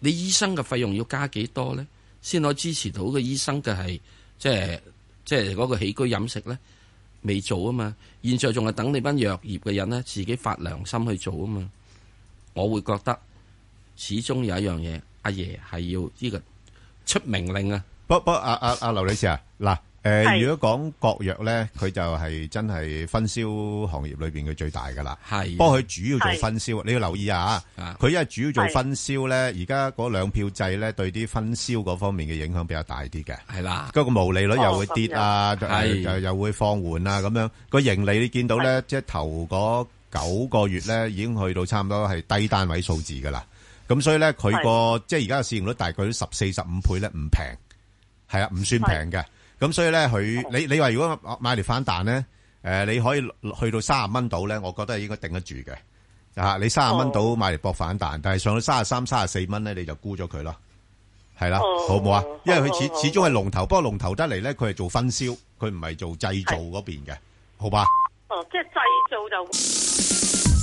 Speaker 2: 你醫生嘅費用要加幾多呢？先可以支持到個醫生嘅係即係即係嗰個起居飲食呢？未做啊嘛，現在仲係等你班藥業嘅人呢，自己發良心去做啊嘛。我會覺得始終有一樣嘢，阿爺係要呢個出命令啊！
Speaker 1: 不-不-啊-啊-啊，劉女士啊，嗱，誒，
Speaker 6: 係。
Speaker 1: 如果講國藥呢，佢就係真係分銷行業裏邊佢最大㗎啦。
Speaker 2: 係啊
Speaker 1: 不過佢主要做
Speaker 6: 係。
Speaker 1: 分銷，你要留意啊，
Speaker 2: 啊
Speaker 1: 佢因為主要做
Speaker 6: 係。
Speaker 1: 分銷呢，而家嗰兩票制呢，對啲分銷嗰方面嘅影響比較大啲嘅。
Speaker 2: 係啦，
Speaker 1: 嗰個毛利率又會跌啊，
Speaker 2: 咁樣。
Speaker 1: 誒，又-又會放緩啊，咁樣。個盈利你見到呢，即係頭嗰九個月呢，已經去到差唔多係低單位數字㗎啦。咁所以呢，佢
Speaker 6: 係。
Speaker 1: 個-即係而家嘅市盈率大概都14 15倍呢，唔平。係啊，唔算平嘅。咁所以呢，佢-你-呃你話如果買嚟反彈呢，誒，你可以落-去到30蚊度呢，我覺得應該頂得住嘅。啊，你30蚊度買嚟搏反彈，但係上到33 34蚊呢，你就沽咗佢咯。係啦，
Speaker 6: 哦。
Speaker 1: 好唔好啊？
Speaker 6: 好，
Speaker 1: 因為佢
Speaker 6: 好，
Speaker 1: 始-
Speaker 6: 好。
Speaker 1: 始終係龍頭，不過龍頭得嚟呢，佢係做分銷，佢唔係做製造嗰邊嘅，好吧？啊
Speaker 6: 哦，即係製造就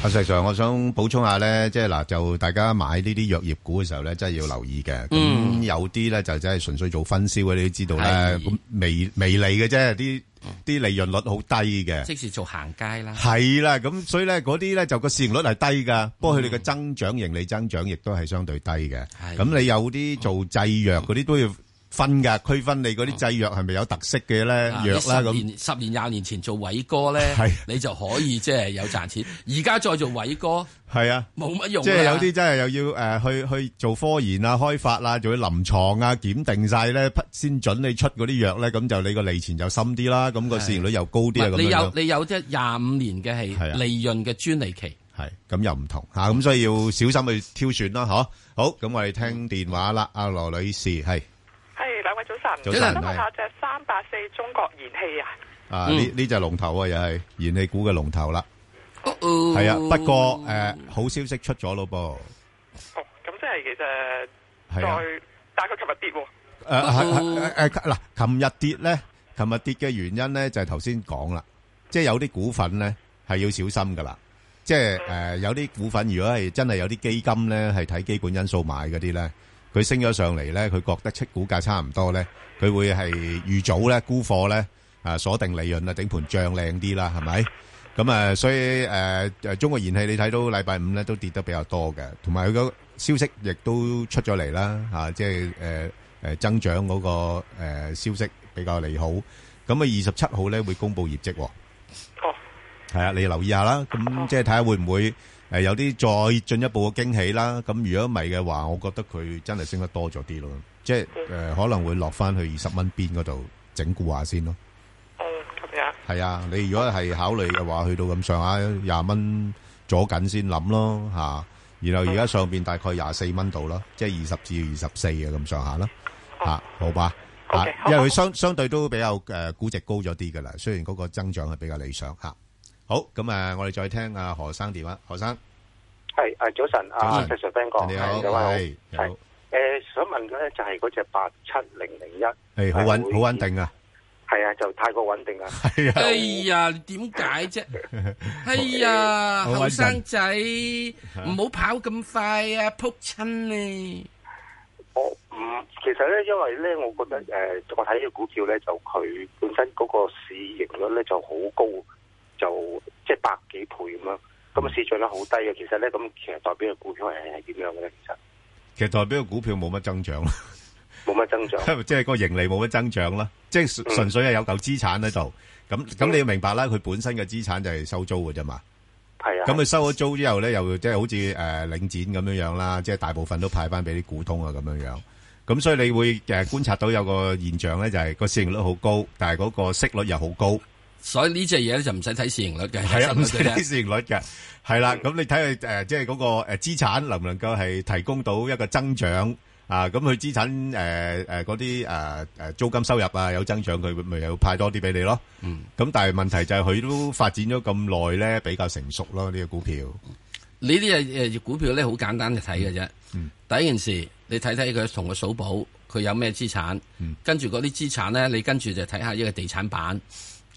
Speaker 1: 阿石 Sir，我想補充下咧，即係嗱，就大家買呢啲藥業股嘅時候咧，真係要留意嘅。咁、
Speaker 2: 嗯
Speaker 1: 有啲咧就真係純粹做分銷嘅，你都知道啦。
Speaker 2: 係
Speaker 1: 咁微微利嘅啫，啲啲利潤率好低嘅。
Speaker 2: 即是做行街啦。
Speaker 1: 係啦，咁所以咧嗰啲咧就個市盈率係低噶，不過佢哋嘅增長盈利增長亦都係相對低嘅。
Speaker 2: 嗯係
Speaker 1: 咁你有啲做製藥嗰啲都要分㗎，區分你嗰啲製藥係咪有特色嘅咧
Speaker 2: 啊
Speaker 1: 藥啦
Speaker 2: 你
Speaker 1: 咁
Speaker 2: 十。年十年廿年前做偉哥 咧
Speaker 1: 係，
Speaker 2: 你就可以即係有賺錢。而家再做偉哥
Speaker 1: 係啊。
Speaker 2: 冇乜用
Speaker 1: 即
Speaker 2: 啦。
Speaker 1: 係有啲真係又要诶去去做科研啊、開發啊、做啲臨床啊、檢定晒咧，先準你出嗰啲藥咧，咁就你個利錢就深啲啦，咁個市盈率又高啲啊，
Speaker 2: 唔係
Speaker 1: 咁
Speaker 2: 你
Speaker 1: 樣
Speaker 2: 有
Speaker 1: 樣
Speaker 2: 你有即係廿五年嘅
Speaker 1: 係
Speaker 2: 係
Speaker 1: 啊
Speaker 2: 利潤嘅專利期。
Speaker 1: 係咁又唔同吓，咁所以要小心去挑選啦，嗬。好，咁我哋聽
Speaker 2: 嗯
Speaker 1: 電話啦，阿羅女士係
Speaker 7: 系兩位早晨，
Speaker 1: 早
Speaker 2: 晨
Speaker 7: 我想問下隻三八四中國燃氣啊，
Speaker 1: 啊
Speaker 2: 嗯
Speaker 1: 呢呢只龍頭啊，又係燃氣股嘅龍頭啦，係
Speaker 2: 係
Speaker 1: 啊。不
Speaker 2: 哦
Speaker 1: 過诶好消息出咗咯
Speaker 7: 哦，咁即係其實
Speaker 1: 噃，係啊。
Speaker 7: 再，但係佢琴日跌喎，
Speaker 1: 诶，係係誒誒嗱，琴日跌咧，琴日跌嘅原因咧就係頭先講啦，即係有啲股份咧係要小心噶啦，即係誒有啲股份如果係真係有啲基金咧係睇基本因素買嗰啲咧，佢升咗上嚟咧，佢覺得出股價差唔多咧，佢會係預早咧沽貨咧，啊鎖定利潤啊，頂盤漲靚啲啦，係咪？咁啊，所以誒誒，中國燃氣你睇到禮拜五咧都跌得比較多嘅，同埋佢個消息亦都出咗嚟啦，嚇，即係誒誒呃增長嗰個誒消息比較利好。咁啊，二十七號咧會公布業績喎，
Speaker 7: 哦，
Speaker 1: 係啊，你留意下啦。咁即係睇下會唔會誒有啲再進一步嘅驚喜啦。咁如果唔係嘅話，我覺得佢真係升得多咗啲咯，即係誒可能會落翻去二十蚊邊嗰度整固下先咯。
Speaker 7: 嗯，咁樣，
Speaker 1: 系啊，你如果係考慮嘅話，去到咁上下廿蚊左緊先諗咯吓、然後而家上边大概廿四蚊度啦，即係二十至二十四啊嘅咁上下啦吓，啊好吧？啊
Speaker 7: OK，，好
Speaker 1: 因為佢相相对都比較诶、呃估值高咗啲噶啦，雖然嗰個增長係比較理想吓、好，咁啊，我哋再聽阿何生電話，何生
Speaker 8: 系诶，早晨，阿
Speaker 1: 早晨
Speaker 8: Sir Sir Ben 哥，
Speaker 1: 你好，
Speaker 8: 哦各位好。
Speaker 1: 係你好，
Speaker 8: 係诶，想問嘅咧就係嗰只八七零零一，
Speaker 1: 係好穩好穩定啊，
Speaker 8: 係啊，就太過穩定啊。
Speaker 1: 係啊，
Speaker 2: 哎呀，你點解啫？哎呀，
Speaker 1: 好
Speaker 2: 後生仔唔好跑咁快啊，撲親你！
Speaker 8: 我唔，其實咧，因為咧，我覺得诶，我睇呢個股票咧，就佢本身嗰個市盈率咧就好高，就即係百幾倍咁樣。咁啊市漲率好低嘅，其實咧，咁其實代表嘅股票係係點樣嘅咧？其實
Speaker 1: 其實代表個股票冇乜增長。
Speaker 8: 冇乜增長。
Speaker 1: 即係個盈利冇乜增長啦，即係純純粹係有嚿資產喺度。咁咁你要明白啦，佢本身嘅資產就係收租嘅啫嘛。
Speaker 8: 係啊。
Speaker 1: 咁佢收咗租之後咧，又即係好似誒、呃、領展咁樣樣啦，即係大部分都派翻俾啲股東啊咁樣樣。咁所以你會誒、呃、觀察到有個現象咧，就係、個市盈率好高，但係嗰個息率又好高。
Speaker 2: 所以呢只嘢咧就唔使睇市盈率嘅，
Speaker 1: 係啊，
Speaker 2: 睇
Speaker 1: 唔
Speaker 2: 市
Speaker 1: 使
Speaker 2: 盈率嘅
Speaker 1: 睇市盈率嘅，係啦。咁你睇佢誒，即係嗰個誒資產能唔能夠係提供到一個增長啊？咁佢資產誒誒嗰啲誒誒租金收入啊有增長，佢咪咪又派多啲俾你咯。
Speaker 2: 嗯，
Speaker 1: 咁但係問題就係佢都發展咗咁耐咧，比較成熟咯呢個股票。
Speaker 2: 呢啲嘢誒股票咧好簡單嘅睇嘅啫。
Speaker 1: 嗯
Speaker 2: 第一件事，你睇睇佢同個數簿，佢有咩資產，
Speaker 1: 嗯
Speaker 2: 跟住嗰啲資產咧，你跟住就睇下呢個地產版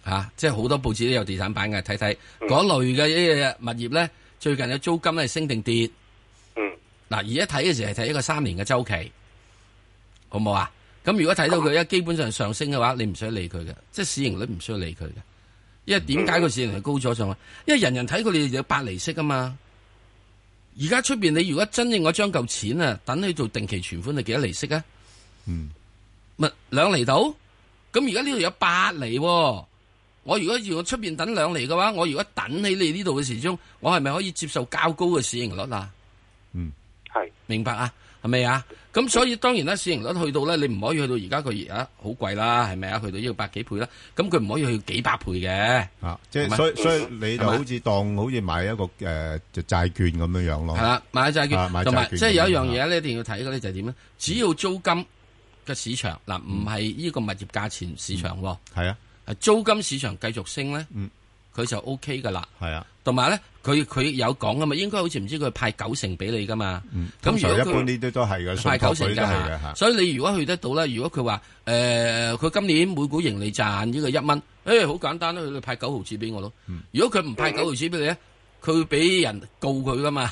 Speaker 2: 嚇、啊即係好多報紙都有地產版嘅，睇睇嗰類嘅呢個物業咧，最近嘅租金咧升定跌。
Speaker 8: 嗯
Speaker 2: 嗱，而家睇嘅時係睇一個三年嘅周期，好唔好啊？咁如果睇到佢一基本上上升嘅話，你唔需要理佢嘅，即係市盈率唔需要理佢嘅，因為點解個市盈率高咗上去？因為人人睇佢哋有八厘息啊嘛。而家出邊你如果真正我將嚿錢啊，等去做定期存款，你幾多利息啊？
Speaker 1: 嗯，
Speaker 2: 咪兩厘到？咁而家呢度有八厘喎。我如果要出邊等兩厘嘅話，我如果等喺你呢度嘅時鐘，我係咪可以接受較高嘅市盈率啊？
Speaker 8: 係
Speaker 2: 明白啊？係咪啊？咁所以當然啦，市盈率去到咧，你唔可以去到而家佢而家好貴啦，係咪啊？去到呢個百幾倍啦，咁佢唔可以去幾百倍嘅，
Speaker 1: 啊，即係
Speaker 2: 係咪？
Speaker 1: 所以-所以你就
Speaker 2: 係咪？
Speaker 1: 好似當好似買一個，誒，就債券咁樣樣咯。
Speaker 2: 係啦，買債
Speaker 1: 哦啊買債
Speaker 2: 券，同埋
Speaker 1: 券啊
Speaker 2: 即係有一樣
Speaker 1: 咁樣
Speaker 2: 嘢咧，一定要睇嘅咧就係點咧？只要租金嘅市場
Speaker 1: 嗯
Speaker 2: 嗱，唔係呢個物業價錢市場喎，係租金市場繼續升咧
Speaker 1: 嗯，
Speaker 2: 佢就 O K 噶啦。
Speaker 1: 係啊，係啊。通常
Speaker 2: 同埋咧，佢佢有講噶嘛，應該好似唔知佢派九成俾你噶嘛。咁如果佢
Speaker 1: 一般呢啲都係嘅，
Speaker 2: 派九成㗎
Speaker 1: 信託佢都係嘅，
Speaker 2: 嚇，所以你如果去得到咧，如果佢話誒，呃佢、今年每股盈利賺呢個一蚊，誒、好簡單啦，佢派九毫子俾我咯。如果佢唔派九毫子俾你咧，佢會俾人告佢噶嘛，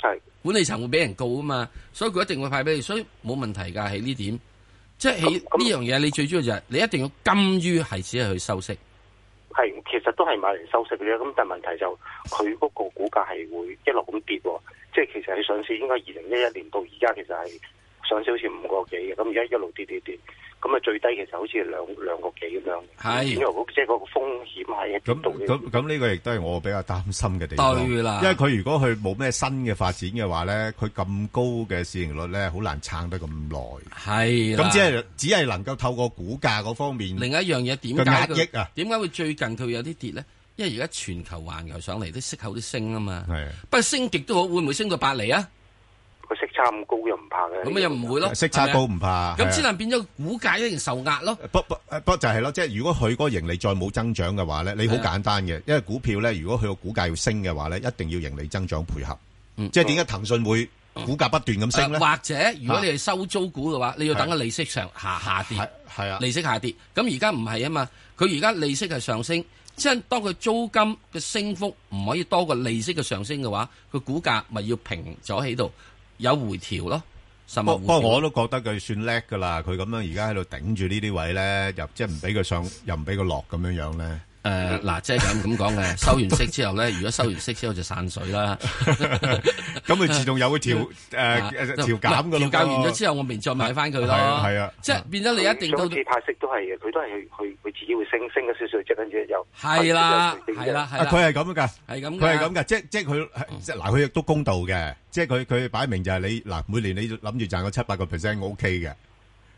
Speaker 8: 係
Speaker 2: 管理層會俾人告啊嘛，所以佢一定會派俾你，所以冇問題㗎喺呢點。即係喺呢樣嘢，你最主要就係你一定要甘於係只係去收息。
Speaker 8: 係，其實都係買嚟收息嘅啫。咁但係問題就佢嗰個股價係會一路咁跌喎。即係其實佢上市應該二零一一年到而家，其實係上市好似五個幾嘅，咁而家一路跌跌跌，咁啊最低其實好似兩兩個幾咁樣。
Speaker 2: 係
Speaker 8: 因為嗰即係嗰個風險係喺
Speaker 1: 咁-
Speaker 8: 度嘅。
Speaker 1: 咁-咁呢個亦都係我比較擔心嘅地方。
Speaker 2: 對啦。
Speaker 1: 因為佢如果佢冇咩新嘅發展嘅話呢，佢咁高嘅市盈率呢，好難撐得咁耐。
Speaker 2: 係啦。
Speaker 1: 咁只係-只係能夠透過股價嗰方面
Speaker 2: 另一樣嘢點
Speaker 1: 個壓
Speaker 2: 解
Speaker 1: 抑
Speaker 2: 佢
Speaker 1: 啊
Speaker 2: 點解會最近佢有啲跌咧？因為而家全球環遊上嚟，啲息口都升啊嘛。
Speaker 1: 係
Speaker 2: 不過升極都好，會唔會升到八厘啊？
Speaker 8: 個息差咁高又唔怕嘅。
Speaker 2: 咁啊又唔會咯，係咪啊。
Speaker 1: 息差高唔怕，係啊。
Speaker 2: 咁只能變咗股價一定受壓咯。
Speaker 1: 不不不就係咯，即係如果佢嗰個盈利再冇增長嘅話咧，你好
Speaker 2: 係啊
Speaker 1: 簡單嘅，因為股票咧，如果佢個股價要升嘅話咧，一定要盈利增長配合。
Speaker 2: 嗯
Speaker 1: 即係點解騰訊會股價不斷咁升咧？
Speaker 2: 啊或者如果你係收租股嘅話，你要等個利息上下下跌
Speaker 1: 係，係啊，
Speaker 2: 利息下跌。咁而家唔係啊嘛，佢而家利息係上升，即係當佢租金嘅升幅唔可以多過利息嘅上升嘅話，佢股價咪要平咗喺度，有回調咯。甚至
Speaker 1: 不
Speaker 2: 乎
Speaker 1: 不過我都覺得佢算叻㗎啦，佢咁樣而家喺度頂住呢啲位咧，又即係唔俾佢上，又唔俾佢落咁樣樣咧。
Speaker 2: 誒嗱，即係咁咁講嘅，收完息之後咧，如果收完息之後就散水 啦。
Speaker 1: 咁佢自動有會呃調
Speaker 2: 啊
Speaker 1: 誒誒調減㗎咯喎。
Speaker 2: 調教完咗之後，我咪再買翻佢咯。
Speaker 1: 係啊係啊
Speaker 2: 即係變咗你一定
Speaker 8: 上
Speaker 2: 到
Speaker 8: 次派息都係嘅，佢都係去去佢自己會升升咗少少，即係跟住又
Speaker 2: 係啦，係啦，，係
Speaker 1: 啊
Speaker 2: 啦，
Speaker 1: 佢係咁㗎。
Speaker 2: 係咁㗎，
Speaker 1: 佢係咁嘅，即即佢即嗱，佢亦都公道嘅，即佢佢擺明就係你嗱，每年你諗住賺個七八個 percent O K 嘅，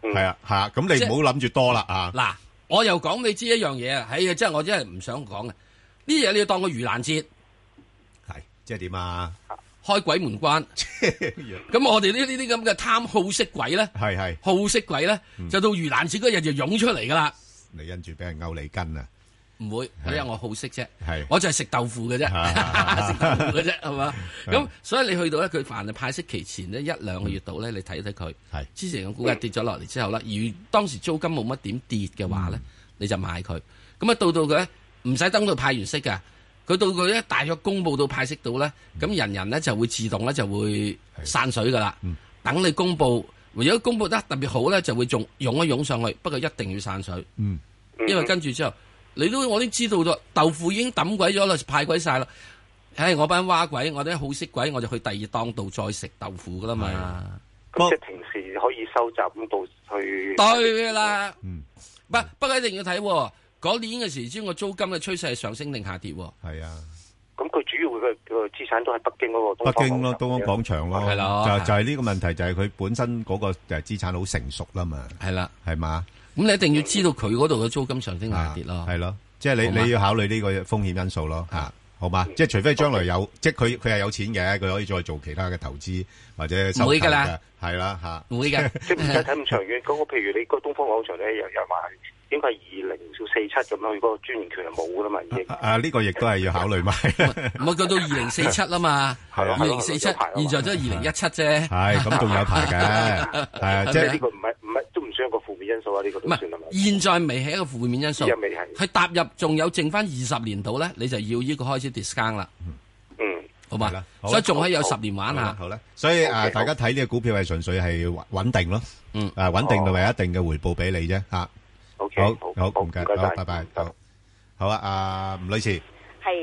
Speaker 8: 嗯
Speaker 1: 係啊係啊，咁你
Speaker 2: 即
Speaker 1: 唔好諗住多啦啊，
Speaker 2: 嗱，我又講你知一樣嘢啊，係啊，即係我真係唔想講嘅。呢嘢你要當個盂蘭節，
Speaker 1: 係即係點啊？
Speaker 2: 開鬼門 關。
Speaker 1: 係
Speaker 2: 咁我哋呢呢啲咁嘅貪好色鬼咧，
Speaker 1: 係
Speaker 2: 好色鬼咧，
Speaker 1: 嗯
Speaker 2: 就到盂蘭節嗰日就湧出嚟㗎啦。
Speaker 1: 你因住俾人勾你筋啊，
Speaker 2: 唔會，因為我好色啫。
Speaker 1: 係啊
Speaker 2: 我就係食豆腐嘅啫， 食豆腐嘅啫，係嘛？咁所以你去到咧，佢凡係派息期前呢，一兩個月度咧，你睇睇佢。
Speaker 1: 係
Speaker 2: 之前嘅股價跌咗落嚟之後咧，如當時租金冇乜點跌嘅話咧，
Speaker 1: 嗯
Speaker 2: 你就買佢。咁啊，到到佢咧唔使等到派完息㗎，佢到佢咧大約公佈到派息到咧，咁人人咧就會自動咧就會散水㗎啦
Speaker 1: 嗯。
Speaker 2: 等你公佈，如果公佈得特別好咧，就會仲湧一湧上去，不過一定要散水。
Speaker 1: 嗯
Speaker 2: 因為跟住之後，你都我都知道咗，豆腐已經抌鬼咗啦，派鬼晒啦。唉，我班蛙鬼，我啲好色鬼，我就去第二檔度再食豆腐噶啦嘛。
Speaker 8: 咁即係平時可以收集咁到去。
Speaker 2: 對啦，
Speaker 1: 嗯
Speaker 2: 不不過一定要睇喎嗰年嘅時之個租金嘅趨勢係上升定下跌喎。
Speaker 1: 係啊，
Speaker 8: 咁佢主要嘅個資產都喺北京嗰個
Speaker 1: 北
Speaker 8: 東方
Speaker 1: 京咯，東
Speaker 8: 廣
Speaker 1: 方廣場咯，
Speaker 2: 係咯
Speaker 1: 就就係呢個問題，就係佢本身嗰個誒資產好成熟啦嘛，
Speaker 2: 係啦，
Speaker 1: 係嘛
Speaker 2: 咁你一定要知道佢嗰度嘅租金上升定下
Speaker 1: 啊
Speaker 2: 跌咯。
Speaker 1: 係咯，即係
Speaker 2: 好
Speaker 1: 你
Speaker 2: 嘛
Speaker 1: 你要考慮呢個風險因素咯嚇。好嘛，即係除非將來有，即係佢佢係有錢嘅，佢可以再做其他嘅投資或者收
Speaker 2: 唔會
Speaker 1: 購
Speaker 2: 㗎
Speaker 1: 嘅
Speaker 2: 啦，
Speaker 1: 係啦嚇。
Speaker 2: 唔會嘅，
Speaker 8: 即係唔使睇咁長遠。嗰個譬如你個東方廣場咧，又又話應該係二零四七咁樣，嗰個專營權係冇㗎啦嘛，已經。
Speaker 1: 啊！呢個亦都係要考 慮埋，
Speaker 2: 唔係佢到二零四七啦嘛，
Speaker 8: 係咯
Speaker 2: 二零四七，
Speaker 8: 係咯
Speaker 2: 現在都係二零一七啫。
Speaker 1: 係咁仲有 排嘅，係啊，即
Speaker 8: 即係呢
Speaker 1: 係
Speaker 8: 個唔係唔係都唔算一個負面因素啊！呢個
Speaker 2: 唔
Speaker 8: 都算係咪？
Speaker 2: 係，現在未係一個負面因素
Speaker 8: 依家。未係，
Speaker 2: 佢踏入仲有剩翻二十年度咧，你就要呢個開始 discount 啦。
Speaker 8: 嗯，
Speaker 2: 好嘛
Speaker 1: 係啦？好
Speaker 2: 所以仲可以有十年玩
Speaker 1: 好啦
Speaker 2: 下。
Speaker 1: 好啦，所以啊，
Speaker 8: OK，
Speaker 1: 大家睇呢個股票係純粹係穩穩定咯，
Speaker 2: 嗯
Speaker 1: 啊穩定同埋一定嘅回報俾你啫，吓，
Speaker 8: O K，
Speaker 1: 好
Speaker 8: 好，
Speaker 1: 好
Speaker 8: 好，
Speaker 1: 唔該，
Speaker 8: 晒
Speaker 1: 好，拜拜，好，好啊，阿吳女士，
Speaker 9: 系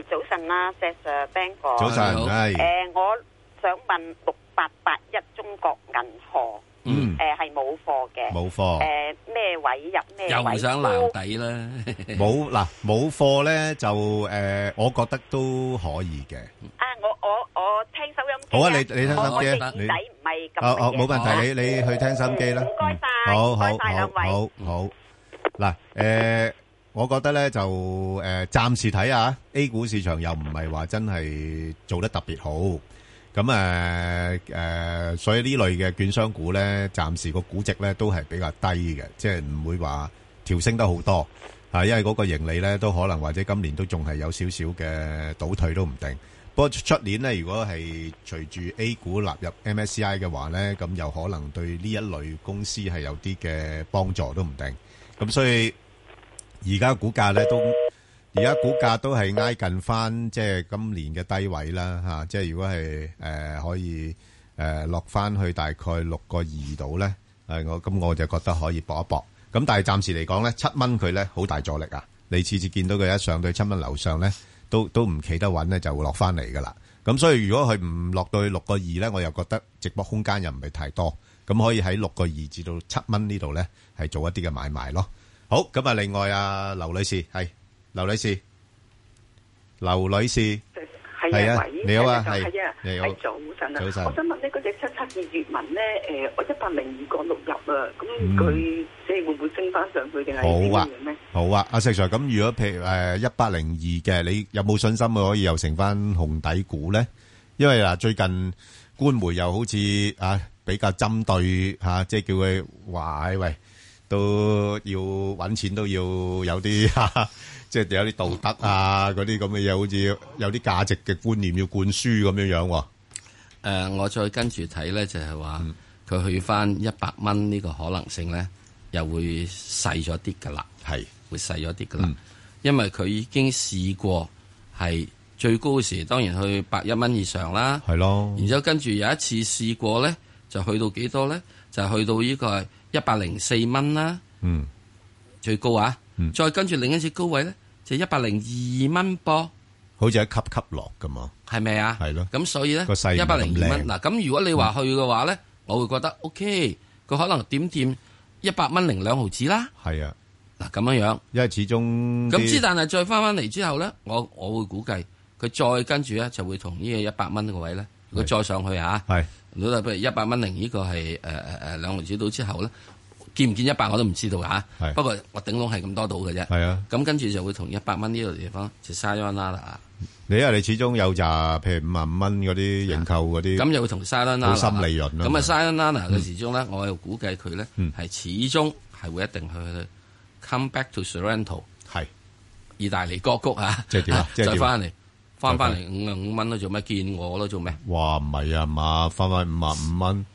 Speaker 9: 早晨啦石 Sir、Bang 哥。
Speaker 5: Ờ,
Speaker 1: 早晨
Speaker 2: 你好，
Speaker 1: 係，
Speaker 9: 诶、我想问六八八一中国银河，
Speaker 1: 嗯，
Speaker 9: 诶系冇货嘅。
Speaker 1: 冇貨。
Speaker 9: 诶咩、位入咩位
Speaker 2: 又
Speaker 9: 沽？
Speaker 2: 唔想鬧底啦，
Speaker 1: 冇- ờ, 嗱，冇貨呢，就，誒，我覺得都可以嘅。
Speaker 9: 啊！我我我听收音機。
Speaker 1: 好啊你你聽收音機啊
Speaker 9: 我我隻耳
Speaker 1: 你
Speaker 9: 仔唔系咁。
Speaker 1: 好-好，。哦冇問題，你-你去聽心機啦。嗯
Speaker 9: 唔該晒，
Speaker 1: 好，
Speaker 9: 唔該晒，
Speaker 1: 好，
Speaker 9: 兩位。
Speaker 1: 好，好。嗱，誒，我覺得呢，就，誒，暫時睇下，A 股市場又唔係話真係做得特別好。咁，誒，誒，所以呢類嘅券商股呢，暫時個估值呢，都係比較低嘅，即係唔會話調升得好多。啊，因為嗰個盈利呢，都可能或者今年都仲係有少少嘅倒退都唔定。不過出年咧，如果係隨住 A 股納入 MSCI 嘅話咧，咁有可能對呢一類公司係有啲嘅幫助都唔定。咁所以而家股價咧都而家股價都係挨近翻即係今年嘅低位啦嚇、即係如果係誒、呃可以誒、呃落翻去大概六個二度咧，誒、我咁我就覺得可以搏一搏。咁但係暫時嚟講咧，七蚊佢咧好大阻力啊！你次次見到佢一上到七蚊樓上咧，都都唔企得穩咧，就會落翻嚟噶啦。咁所以如果佢唔落到去六個二咧，我又覺得直播空間又唔係太多，咁可以喺六個二至到七蚊呢度咧係做一啲嘅買賣咯。好，咁啊，另外啊，劉女士係劉女士，劉女士
Speaker 7: 係
Speaker 1: 係啊
Speaker 7: 啊，喂
Speaker 1: 你好啊
Speaker 7: 就
Speaker 1: 係
Speaker 7: 係啊，
Speaker 1: 你好
Speaker 7: 係早晨啊，
Speaker 1: 早晨
Speaker 7: 我想問呢嗰只七七二粵文咧，誒，我一百零二個六入啊，咁
Speaker 1: 嗯
Speaker 7: 佢即係會唔會升翻上去定係點
Speaker 1: 好啊
Speaker 7: 樣咧？
Speaker 1: 好啊，阿石 Sir，咁如果譬如誒一八零二嘅，你有冇信心佢可以又成翻紅底股咧？因為嗱，最近官媒又好似啊比較針對嚇、啊即係叫佢話唉喂，都要揾錢都要有啲 即係有啲道德啊嗰啲咁嘅嘢，好似有啲價值嘅觀念要灌輸咁樣樣喎。
Speaker 2: 誒，我再跟住睇咧，就係
Speaker 1: 嗯
Speaker 2: 話佢去翻一百蚊呢個可能性咧，又會細咗啲噶啦，
Speaker 1: 係
Speaker 2: 會細咗啲噶啦，
Speaker 1: 嗯
Speaker 2: 因為佢已經試過係最高時，當然去百一蚊以上啦。
Speaker 1: 係咯，
Speaker 2: 然之後跟住有一次試過咧，就去到幾多咧？就去到呢個一百零四蚊啦，
Speaker 1: 嗯
Speaker 2: 最高啊！
Speaker 1: 嗯
Speaker 2: 再跟住另一次高位咧，就一百零二蚊噃，
Speaker 1: 好似一級級落咁嘛。
Speaker 2: 係咪啊？
Speaker 1: 係咯
Speaker 2: 咁所以咧，
Speaker 1: 個勢唔
Speaker 2: 一百零二
Speaker 1: 咁靚
Speaker 2: 蚊嗱，咁如果你話去嘅話咧，我會覺得 OK，佢可能點掂一百蚊零兩毫子啦。
Speaker 1: 係啊，
Speaker 2: 嗱咁樣樣，
Speaker 1: 因為始終
Speaker 2: 咁
Speaker 1: 啲
Speaker 2: 之但係再翻翻嚟之後咧，我我會估計佢再跟住咧就會同呢個一百蚊個位咧，如果
Speaker 1: 係
Speaker 2: 再上去啊。
Speaker 1: 係
Speaker 2: 老豆，譬如一百蚊零呢個係誒誒誒兩毫子到之後咧，見唔見一百我都唔知道嚇
Speaker 1: 係。
Speaker 2: 不過我頂籠係咁多到嘅啫。
Speaker 1: 係啊。
Speaker 2: 咁跟住就會同一百蚊呢度地方就沙拉啦，
Speaker 1: 你因為你始終有扎譬如五萬蚊嗰啲認購嗰啲，
Speaker 2: 咁又會同沙拉啦。
Speaker 1: 好心利潤啦
Speaker 2: 咁啊，沙拉啦嘅時鐘咧，我又估計佢咧
Speaker 1: 嗯
Speaker 2: 係始終係會一定去 come back to Sorrento
Speaker 1: 係
Speaker 2: 意大利歌曲啊，
Speaker 1: 即係點啊即係點
Speaker 2: 再
Speaker 1: 啊
Speaker 2: 翻嚟翻翻嚟五啊五蚊都做咩？見我咯做咩？
Speaker 1: 哇唔係啊嘛，翻翻五萬五蚊，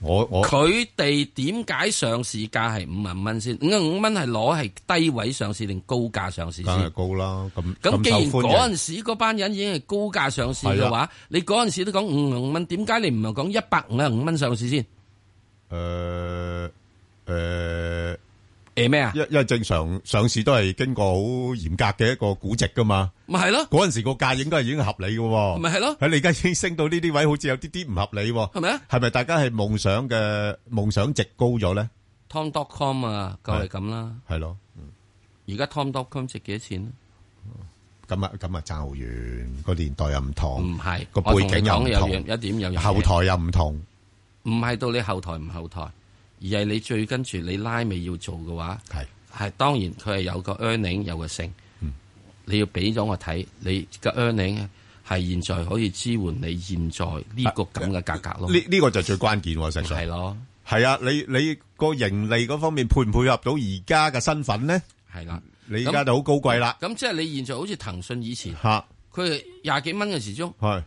Speaker 1: 我我
Speaker 2: 佢哋點解上市價係五萬蚊先？五啊五蚊係攞係低位上市定高價上市
Speaker 1: 梗係
Speaker 2: 先？
Speaker 1: 高啦，咁
Speaker 2: 咁
Speaker 1: 咁
Speaker 2: 既然
Speaker 1: 受歡
Speaker 2: 嗰
Speaker 1: 迎
Speaker 2: 陣時嗰班人已經係高價上市嘅話，你嗰陣時都講五啊五蚊，點解你唔係講一百五啊五蚊上市先？
Speaker 1: 誒誒，
Speaker 2: 誒咩啊？
Speaker 1: 因因為正常上市都係經過好嚴格嘅一個估值噶嘛，
Speaker 2: 咪係咯，
Speaker 1: 嗰陣時個價應該係已經合理嘅喎，
Speaker 2: 咪係咯，
Speaker 1: 喺你而家已經升到呢啲位，好似有啲啲唔合理喎，
Speaker 2: 係咪啊
Speaker 1: 係咪大家係夢想嘅夢想值高咗咧？
Speaker 2: ？Tom.com 啊，夠係咁啦。
Speaker 1: 係咯，
Speaker 2: 而家 Tom.com 值幾多錢啊？
Speaker 1: 咁啊咁啊爭好遠，個年代又唔同。
Speaker 2: 唔係
Speaker 1: 哦個背景又唔
Speaker 2: 我同你講有
Speaker 1: 同
Speaker 2: 樣一點有樣嘢
Speaker 1: 後台又唔同，
Speaker 2: 唔係到你後台唔後台，而係你最跟住你拉尾要做嘅話。
Speaker 1: 係
Speaker 2: 係當然佢係有個 earning 有個性，
Speaker 1: 嗯
Speaker 2: 你要俾咗我睇，你嘅 earning 係現在可以支援你現在呢個咁嘅價格咯，
Speaker 1: 啊呢呢個就最關鍵喎，石 Sir
Speaker 2: 係咯，
Speaker 1: 係啊，你你個盈利嗰方面配唔配合到而家嘅身份咧？
Speaker 2: 係啦。
Speaker 1: 你而家就好高貴啦，
Speaker 2: 咁即係你現在好似騰訊以前，
Speaker 1: 吓
Speaker 2: 佢係廿幾蚊嘅時鐘，
Speaker 1: 係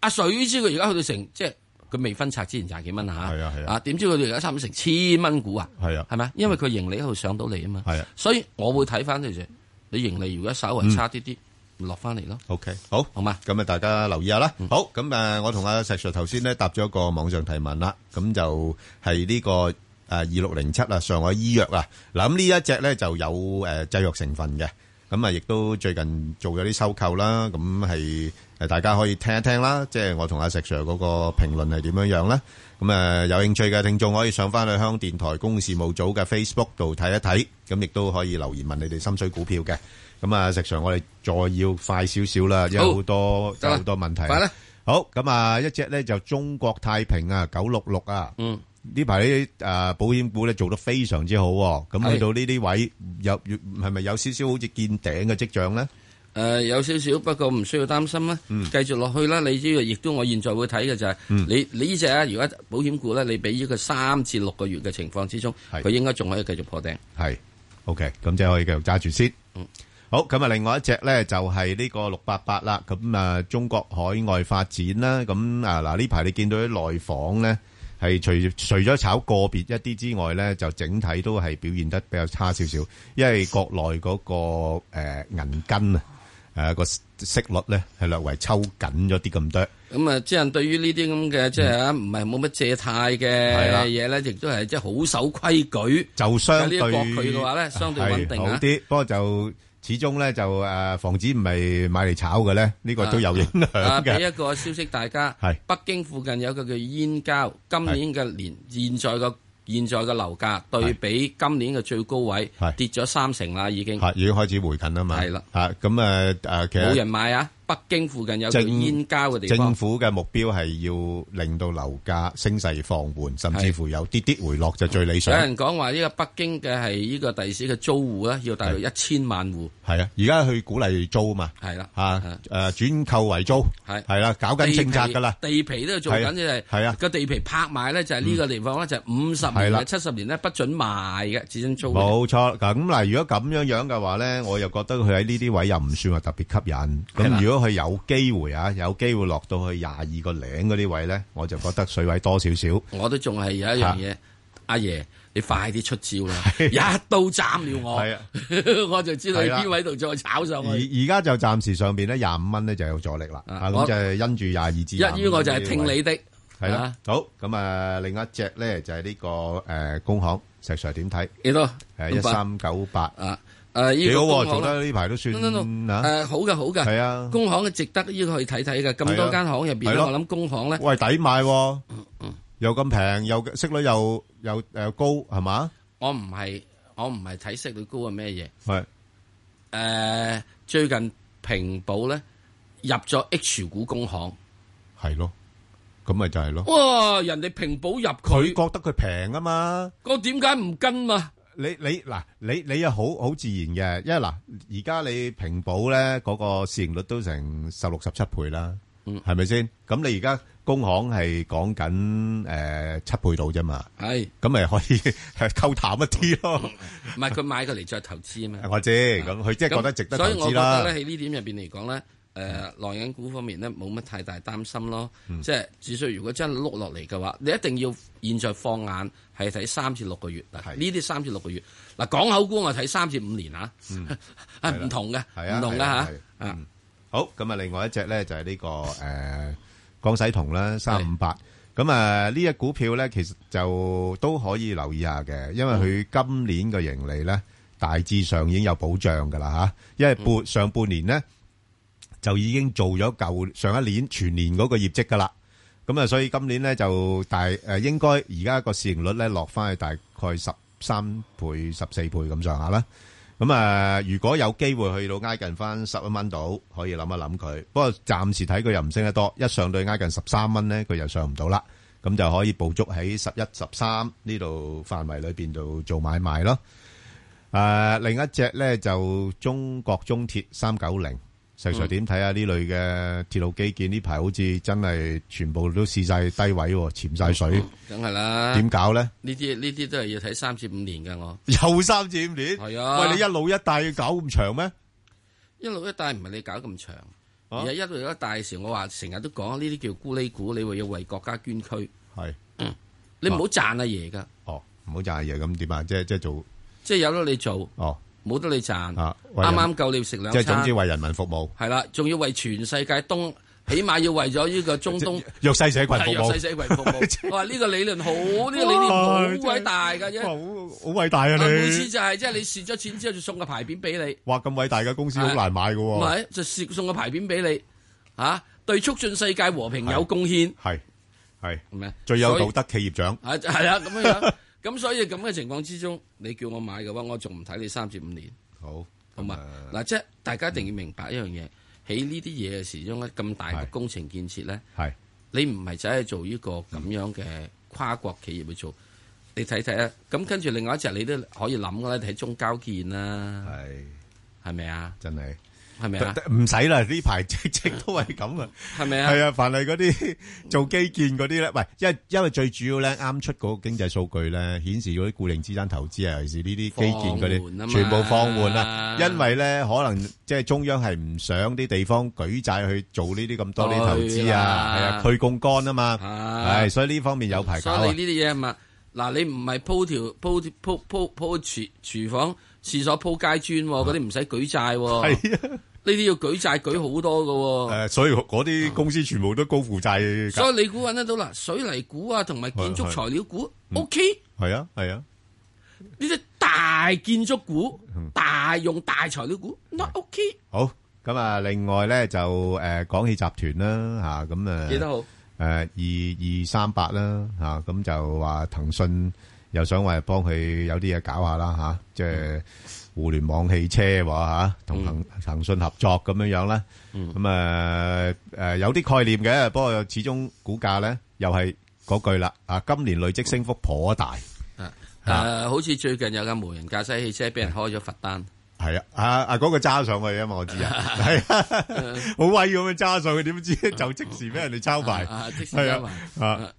Speaker 2: 阿水知佢而家去到成即係佢未分拆之前廿幾蚊嚇，
Speaker 1: 係啊係啊
Speaker 2: 啊點知佢哋而家差唔多成千蚊股啊，
Speaker 1: 係啊
Speaker 2: 係咪？因為佢盈利喺度上到嚟啊嘛，
Speaker 1: 係啊嗯
Speaker 2: 所以我會睇翻佢就係你盈利如果稍微差啲啲，落翻嚟咯。
Speaker 1: OK，好，
Speaker 2: 好嘛，
Speaker 1: 咁啊，大家留意下啦。好，咁啊，我同阿石 Sir 頭先咧答咗一個網上提問啦，咁就係呢個誒二六零七啊，上海醫藥啊，嗱咁呢一隻咧就有誒製藥成分嘅，咁啊亦都最近做咗啲收購啦，咁係誒大家可以聽一聽啦，即係我同阿石 Sir 嗰個評論係點樣樣啦。咁啊有興趣嘅聽眾可以上翻去香港電台公共事務組嘅 Facebook 度睇一睇，咁亦都可以留言問你哋心水股票嘅。咁啊，石 Sir，我哋再要快少少啦，因為
Speaker 2: 好
Speaker 1: 好多
Speaker 2: 得啦
Speaker 1: 有好多問題。
Speaker 2: 快啦，
Speaker 1: 好咁啊，一隻咧就中國太平啊，九六六啊，
Speaker 2: 嗯，
Speaker 1: 呢排啲誒保險股咧做得非常之好喎，咁
Speaker 2: 係
Speaker 1: 去到呢啲位有係咪有少少好似見頂嘅跡象咧？
Speaker 2: 誒、呃有少少，不過唔需要擔心啦。
Speaker 1: 嗯
Speaker 2: 繼續落去啦，你呢個亦都我現在會睇嘅就係、
Speaker 1: 嗯
Speaker 2: 你你呢只啊，如果保險股咧，你俾呢個三至六個月嘅情況之中，
Speaker 1: 係
Speaker 2: 佢應該仲可以繼續破頂。
Speaker 1: 係，OK，咁即係可以繼續揸住先。
Speaker 2: 嗯
Speaker 1: 好，咁啊，另外一隻咧就係呢個六八八啦。咁啊，中國海外發展啦，咁啊嗱，呢排你見到啲內房咧係除除咗炒個別一啲之外咧，就整體都係表現得比較差少少，因為國內嗰、個誒、呃、銀根啊，誒、個息率咧係略為抽緊咗啲咁多。
Speaker 2: 咁啊，即係對於呢啲咁嘅即係啊，唔係冇乜借貸
Speaker 1: 嗯係啦
Speaker 2: 嘅嘢咧，亦都係即係好守規矩。
Speaker 1: 就相對
Speaker 2: 有呢一個佢嘅話咧相對穩定啊
Speaker 1: 係好啲。不過就始終咧就誒房子唔係買嚟炒嘅咧，呢個都有影
Speaker 2: 啊，
Speaker 1: 響
Speaker 2: 俾
Speaker 1: 嘅。
Speaker 2: 一個消息大家
Speaker 1: 係，
Speaker 2: 北京附近有一個叫燕郊，今年嘅年現在嘅現在嘅樓價對比今年嘅最高位
Speaker 1: 係
Speaker 2: 跌咗三成啦，已經
Speaker 1: 嚇已經開始回緊啦嘛。
Speaker 2: 係啦
Speaker 1: 嚇咁誒誒，其
Speaker 2: 冇
Speaker 1: 實
Speaker 2: 人買啊！北京附近有叫
Speaker 1: 政
Speaker 2: 燕郊嘅地
Speaker 1: 政
Speaker 2: 方，
Speaker 1: 府嘅目標係要令到樓價升勢放緩，甚至
Speaker 2: 係
Speaker 1: 乎有啲啲回落就最理
Speaker 2: 有
Speaker 1: 想。
Speaker 2: 人講話呢個北京嘅係呢個第市嘅租戶咧，要大約一千萬戶，
Speaker 1: 係啊，而家去鼓勵租嘛
Speaker 2: 係啦，
Speaker 1: 嚇誒轉購為租
Speaker 2: 係
Speaker 1: 係啦，搞緊政策㗎啦。
Speaker 2: 地皮地皮都做緊嘅
Speaker 1: 係啊
Speaker 2: 個地皮拍賣咧就係呢個地方咧就五十
Speaker 1: 係
Speaker 2: 年
Speaker 1: 啦
Speaker 2: 啊七十年咧不准賣嘅，只准租嘅。
Speaker 1: 冇錯，咁嗱，如果咁樣樣嘅話咧，我又覺得佢喺呢啲位又唔算話特別吸引。
Speaker 2: 係啦
Speaker 1: 咁如果佢有機會啊，有機會落到去廿二個零嗰啲位咧，我就覺得水位多少少。
Speaker 2: 我都仲係有一樣嘢，阿爺，你快啲出招 啦！一刀斬了
Speaker 1: 係啊
Speaker 2: 我， 我就知道你
Speaker 1: 係啦
Speaker 2: 邊位度再炒上
Speaker 1: 而
Speaker 2: 去。
Speaker 1: 而家就暫時上邊咧廿五蚊咧就有阻力啦。
Speaker 2: 啊
Speaker 1: 啊，
Speaker 2: 我
Speaker 1: 咁就係因住廿二至25
Speaker 2: 一於我就係聽你的，
Speaker 1: 係啦
Speaker 2: 啊。
Speaker 1: 好，咁啊，另一隻咧就係呢個誒工行，石 Sir 點睇？
Speaker 2: 幾多？
Speaker 1: 誒一三九八
Speaker 2: 啊！誒，呢
Speaker 1: 幾
Speaker 2: 個
Speaker 1: 好
Speaker 2: 工
Speaker 1: 喎，
Speaker 2: 行
Speaker 1: 做
Speaker 2: 咧
Speaker 1: 得呢排都算
Speaker 2: No, no, no，
Speaker 1: 啊。
Speaker 2: 誒好嘅好嘅，
Speaker 1: 係啊
Speaker 2: 工行嘅值得呢個去睇睇嘅。咁
Speaker 1: 係
Speaker 2: 多
Speaker 1: 啊
Speaker 2: 間行入邊
Speaker 1: 係
Speaker 2: 咧，
Speaker 1: 咯
Speaker 2: 我諗工行咧，
Speaker 1: 喂，抵買喎，又咁平，又息率又又誒高，係嘛？
Speaker 2: 我唔係我唔係睇息率高啊係咩嘢？
Speaker 1: 係
Speaker 2: 誒，最近平保咧入咗 H 股工行，
Speaker 1: 係咯，咁咪就係咯。
Speaker 2: 哇！人哋平保入
Speaker 1: 佢
Speaker 2: 佢，
Speaker 1: 覺得佢平啊嘛，
Speaker 2: 我點解唔跟嘛？
Speaker 1: 你你嗱你你又好好自然嘅，因為嗱而家你平保咧嗰個市盈率都成十六十七倍啦，
Speaker 2: 嗯
Speaker 1: 係咪先？咁你而家工行係講緊誒七倍度啫嘛，
Speaker 2: 係。
Speaker 1: 咁咪可以係 溝淡一啲咯。
Speaker 2: 唔係佢買佢嚟再投 資啊嘛。
Speaker 1: 我知，咁佢即係覺得值得投
Speaker 2: 所以我
Speaker 1: 資
Speaker 2: 覺
Speaker 1: 啦
Speaker 2: 得。咧喺呢點入邊嚟講咧，誒內銀股方面咧冇乜太大擔心咯。
Speaker 1: 嗯
Speaker 2: 即係只需要如果真係碌落嚟嘅話，你一定要現在放眼係睇三至六個月嗱，
Speaker 1: 係
Speaker 2: 呢啲三至六個月嗱港口股我睇三至五年啊， 係
Speaker 1: 嗯係啦
Speaker 2: 唔同嘅，
Speaker 1: 係啊
Speaker 2: 唔同
Speaker 1: 係
Speaker 2: 嘅
Speaker 1: 啊
Speaker 2: 嚇
Speaker 1: 係啊
Speaker 2: 啊
Speaker 1: 嗯好，咁啊，另外一隻咧就係呢個誒江西銅啦，三五八。咁啊，呢只股票咧，其實就都可以留意下嘅，因為佢今年嘅盈利咧，大致上已經有保障噶啦吓，因為半上半年咧就已經做咗舊上一年全年嗰個業績噶啦。咁啊，所以今年咧就大誒，應該而家個市盈率咧落翻去大概十三倍、十四倍咁上下啦。咁啊，如果有機會去到挨近翻十一蚊度，可以諗一諗佢。不過暫時睇佢又唔升得多，一上到去挨近十三蚊咧，佢又上唔到啦。咁就可以捕捉喺十一、十三呢度範圍裏邊度做買賣咯。誒、另一隻咧就中國中鐵三九零，石 Sir 點睇啊？呢類嘅鐵路基建呢排好似真係全部都試晒低位喎，潛晒水，
Speaker 2: 梗係啦。
Speaker 1: 點搞咧？
Speaker 2: 呢啲呢啲都係要睇三至五年嘅我。
Speaker 1: 又三至五年，
Speaker 2: 係啊
Speaker 1: 喂，你一路一帶要搞咁長咩？
Speaker 2: 一路一帶唔係你搞咁長，
Speaker 1: 哦
Speaker 2: 而係一路一帶嘅時候，我話成日都講呢啲叫咕喱股，你話要為國家捐軀，
Speaker 1: 係。
Speaker 2: 你唔好賺阿爺㗎。
Speaker 1: 哦，唔好賺嘢咁點啊？即係即係做
Speaker 2: 即係有得你做，
Speaker 1: 哦，
Speaker 2: 冇得你賺，啱
Speaker 1: 啊為人
Speaker 2: 啱夠你食兩
Speaker 1: 即係
Speaker 2: 餐。
Speaker 1: 總之為人民服務，
Speaker 2: 係啦，仲要為全世界東，起碼要為咗呢個中東
Speaker 1: 弱勢社群服
Speaker 2: 係弱勢
Speaker 1: 務，
Speaker 2: 社群服 務。我話呢個理論好，呢個理念好偉大㗎啫。
Speaker 1: 好偉大啊
Speaker 2: 啊每次
Speaker 1: 你！
Speaker 2: 就係即係你蝕咗錢之後，就送個牌匾俾你。
Speaker 1: 哇，咁偉大嘅公司好難買嘅
Speaker 2: 唔
Speaker 1: 喎，
Speaker 2: 係就攝送個牌匾俾你嚇、啊，對促進世界和平有貢獻，
Speaker 1: 係係
Speaker 2: 係咪？
Speaker 1: 最有
Speaker 2: 所以
Speaker 1: 道德企業獎，
Speaker 2: 啊，係啊，咁樣樣。咁所以咁嘅情況之中，你叫我買嘅話，我仲唔睇你三至五年，
Speaker 1: 好
Speaker 2: 好嘛
Speaker 1: 咁啊？
Speaker 2: 嗱，即係大家一定要明白一樣嘢，喺呢啲嘢嘅時鐘咧，咁大嘅
Speaker 1: 係
Speaker 2: 工程建設咧，
Speaker 1: 係
Speaker 2: 你唔係就係做呢個咁樣嘅跨國企業去做，你睇睇啊。咁跟住另外一隻你都可以諗嘅啦，睇中交建啦，
Speaker 1: 係
Speaker 2: 係咪啊？
Speaker 1: 真係
Speaker 2: 係咪啊？
Speaker 1: 唔使啦，呢排直直都係咁啊！
Speaker 2: 係咪啊？
Speaker 1: 系啊，凡係嗰啲 做基建嗰啲咧，喂，因為因为最主要咧，啱出嗰個經濟數據咧，顯示嗰啲固定資產投資啊，尤其是呢啲基建嗰
Speaker 2: 放緩啊
Speaker 1: 啲，
Speaker 2: 嘛
Speaker 1: 全部放緩啦。因為咧，可能即係中央係唔想啲地方舉債去做呢啲咁多啲投資啊，係
Speaker 2: 對啦
Speaker 1: 啊，去杠杆啊嘛，
Speaker 2: 啊
Speaker 1: 係，所以呢方面有排搞
Speaker 2: 所以
Speaker 1: 啊
Speaker 2: 你。呢啲嘢咪嗱，你唔係鋪條鋪鋪鋪鋪廚廚房、廁所鋪街磚喎，嗰啲唔使舉債喎。
Speaker 1: 嗯 係啊，
Speaker 2: 呢啲要舉債舉好多嘅喎。
Speaker 1: 诶，所以嗰啲公司全部都高負債㗎，
Speaker 2: 所以你估揾得到啦，水泥股啊，同埋建築
Speaker 1: 係係
Speaker 2: 材料股
Speaker 1: 嗯
Speaker 2: ，OK，
Speaker 1: 係啊，係啊，
Speaker 2: 呢啲大建築股、
Speaker 1: 嗯
Speaker 2: 大用大材料股，not OK。
Speaker 1: 好。咁啊，另外咧就诶，港汽集團啦，吓咁啊，
Speaker 2: 幾多號？
Speaker 1: 誒二二三八啦嚇，咁就話騰訊又想話幫佢有啲嘢搞下啦嚇，即係互聯網汽車喎嚇，同騰騰訊合作咁樣樣啦。咁誒誒有啲概念嘅，不過始終股價咧又係嗰句啦啊，今年累積升幅頗大，啊
Speaker 2: 誒，啊好似最近有架無人駕駛汽車俾人開咗罰單，
Speaker 1: 係啊，啊啊嗰個揸上去啊嘛，我知啊，係啊，好威咁樣揸上去，點知就即時俾人哋抄埋。
Speaker 2: 啊，即時
Speaker 1: 係啊
Speaker 2: 因為
Speaker 1: 啊，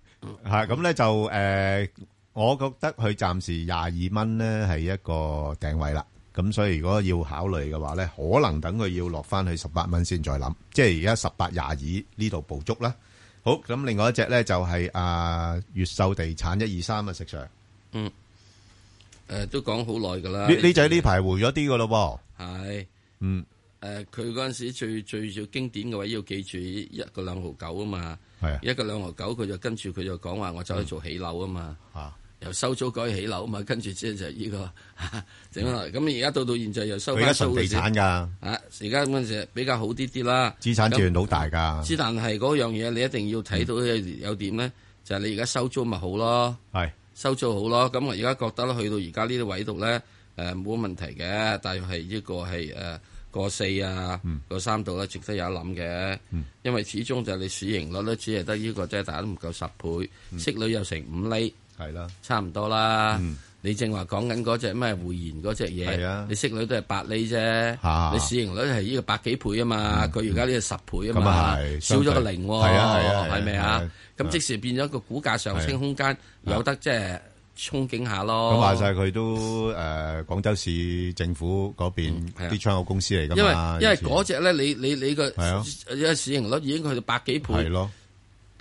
Speaker 1: 吓咁咧就诶、我覺得佢暫時廿二蚊咧係一個頂位啦。咁所以如果要考慮嘅話咧，可能等佢要落翻去十八蚊先再諗，即係而家十八廿二呢度捕捉啦。好，咁另外一隻咧就係、啊越秀地產一二三啊，石 Sir
Speaker 2: 誒都講好耐㗎啦。
Speaker 1: 呢呢仔呢排回咗啲噶咯
Speaker 2: 係。
Speaker 1: 喎，嗯
Speaker 2: 誒佢嗰陣時最最最經典嘅位要記住一個兩毫九啊嘛，
Speaker 1: 係啊
Speaker 2: 一個兩毫九佢就跟住佢就講話我走去做起樓啊嘛，
Speaker 1: 啊
Speaker 2: 由收租改起樓啊嘛， 跟住之後就呢、個 整落嚟，咁而家到到現在又收
Speaker 1: 佢而家
Speaker 2: 翻
Speaker 1: 純
Speaker 2: 租
Speaker 1: 地
Speaker 2: 嘅
Speaker 1: 產㗎，
Speaker 2: 啊，而家嗰陣時比較好啲啲啦，
Speaker 1: 資產資源
Speaker 2: 咁
Speaker 1: 好大㗎，
Speaker 2: 之但係嗰樣嘢你一定要睇到有點咧，就係、你而家收租咪好咯。
Speaker 1: 係
Speaker 2: 收租好咯。咁我而家覺得咧，去到而家呢啲位度咧，誒冇乜問題嘅，大約係呢個係誒個四啊，個三度咧，值得有一諗嘅。因為始終就係你市盈率咧，只係得呢個即係大家都唔夠十倍，息率有成五厘，
Speaker 1: 係啦，
Speaker 2: 差唔多啦
Speaker 1: 嗯。
Speaker 2: 你正話講緊嗰只咩匯賢嗰只
Speaker 1: 係啊
Speaker 2: 嘢，你息率都係八厘
Speaker 1: 啊
Speaker 2: 啫，你市盈率係呢個百幾倍啊嘛，佢而家呢個十倍啊
Speaker 1: 咁啊
Speaker 2: 嘛
Speaker 1: 係，
Speaker 2: 少
Speaker 1: 相對
Speaker 2: 咗個零喎，
Speaker 1: 係啊係啊係啊
Speaker 2: 係咪
Speaker 1: 係
Speaker 2: 啊
Speaker 1: 啊？
Speaker 2: 咁即時變咗個股價上
Speaker 1: 係啊
Speaker 2: 升空間有得即係憧憬下咯。
Speaker 1: 咁話晒佢都诶廣州市政府嗰邊
Speaker 2: 係啊
Speaker 1: 啲窗口公司嚟
Speaker 2: 因
Speaker 1: 㗎
Speaker 2: 為
Speaker 1: 嘛，
Speaker 2: 因為
Speaker 1: 以前
Speaker 2: 嗰只咧，你你你個
Speaker 1: 係啊
Speaker 2: 有市盈率已經去到百幾
Speaker 1: 係
Speaker 2: 倍，
Speaker 1: 咯。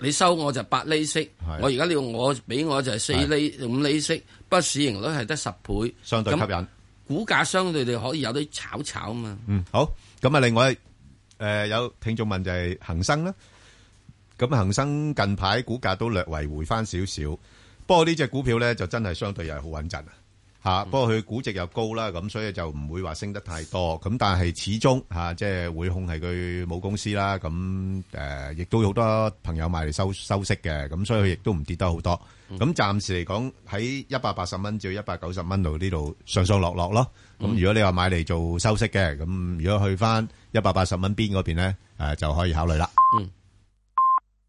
Speaker 2: 你收我就八厘息
Speaker 1: 係，
Speaker 2: 我而家你要我俾我就係四厘五厘息，不過市盈率係得十倍，
Speaker 1: 相對吸
Speaker 2: 咁
Speaker 1: 引。
Speaker 2: 股價相對哋可以有啲炒炒啊嘛。
Speaker 1: 嗯，好。咁啊，另外誒、有聽眾問就係恒生啦。咁恒生近排股價都略為回翻少少，不過呢只股票咧就真係相對又係好穩陣啊。嚇，不過佢估值又高啦，咁所以就唔會話升得太多。咁但係始終嚇、即係會控係佢母公司啦。咁誒，亦、都有好多朋友買嚟收收息嘅，咁所以佢亦都唔跌得好多。咁暫時嚟講，喺一百八十蚊至一百九十蚊度呢度上上落落咯。咁如果你話買嚟做收息嘅，咁如果去翻一百八十蚊邊嗰邊咧，誒、就可以考慮啦。
Speaker 2: 嗯，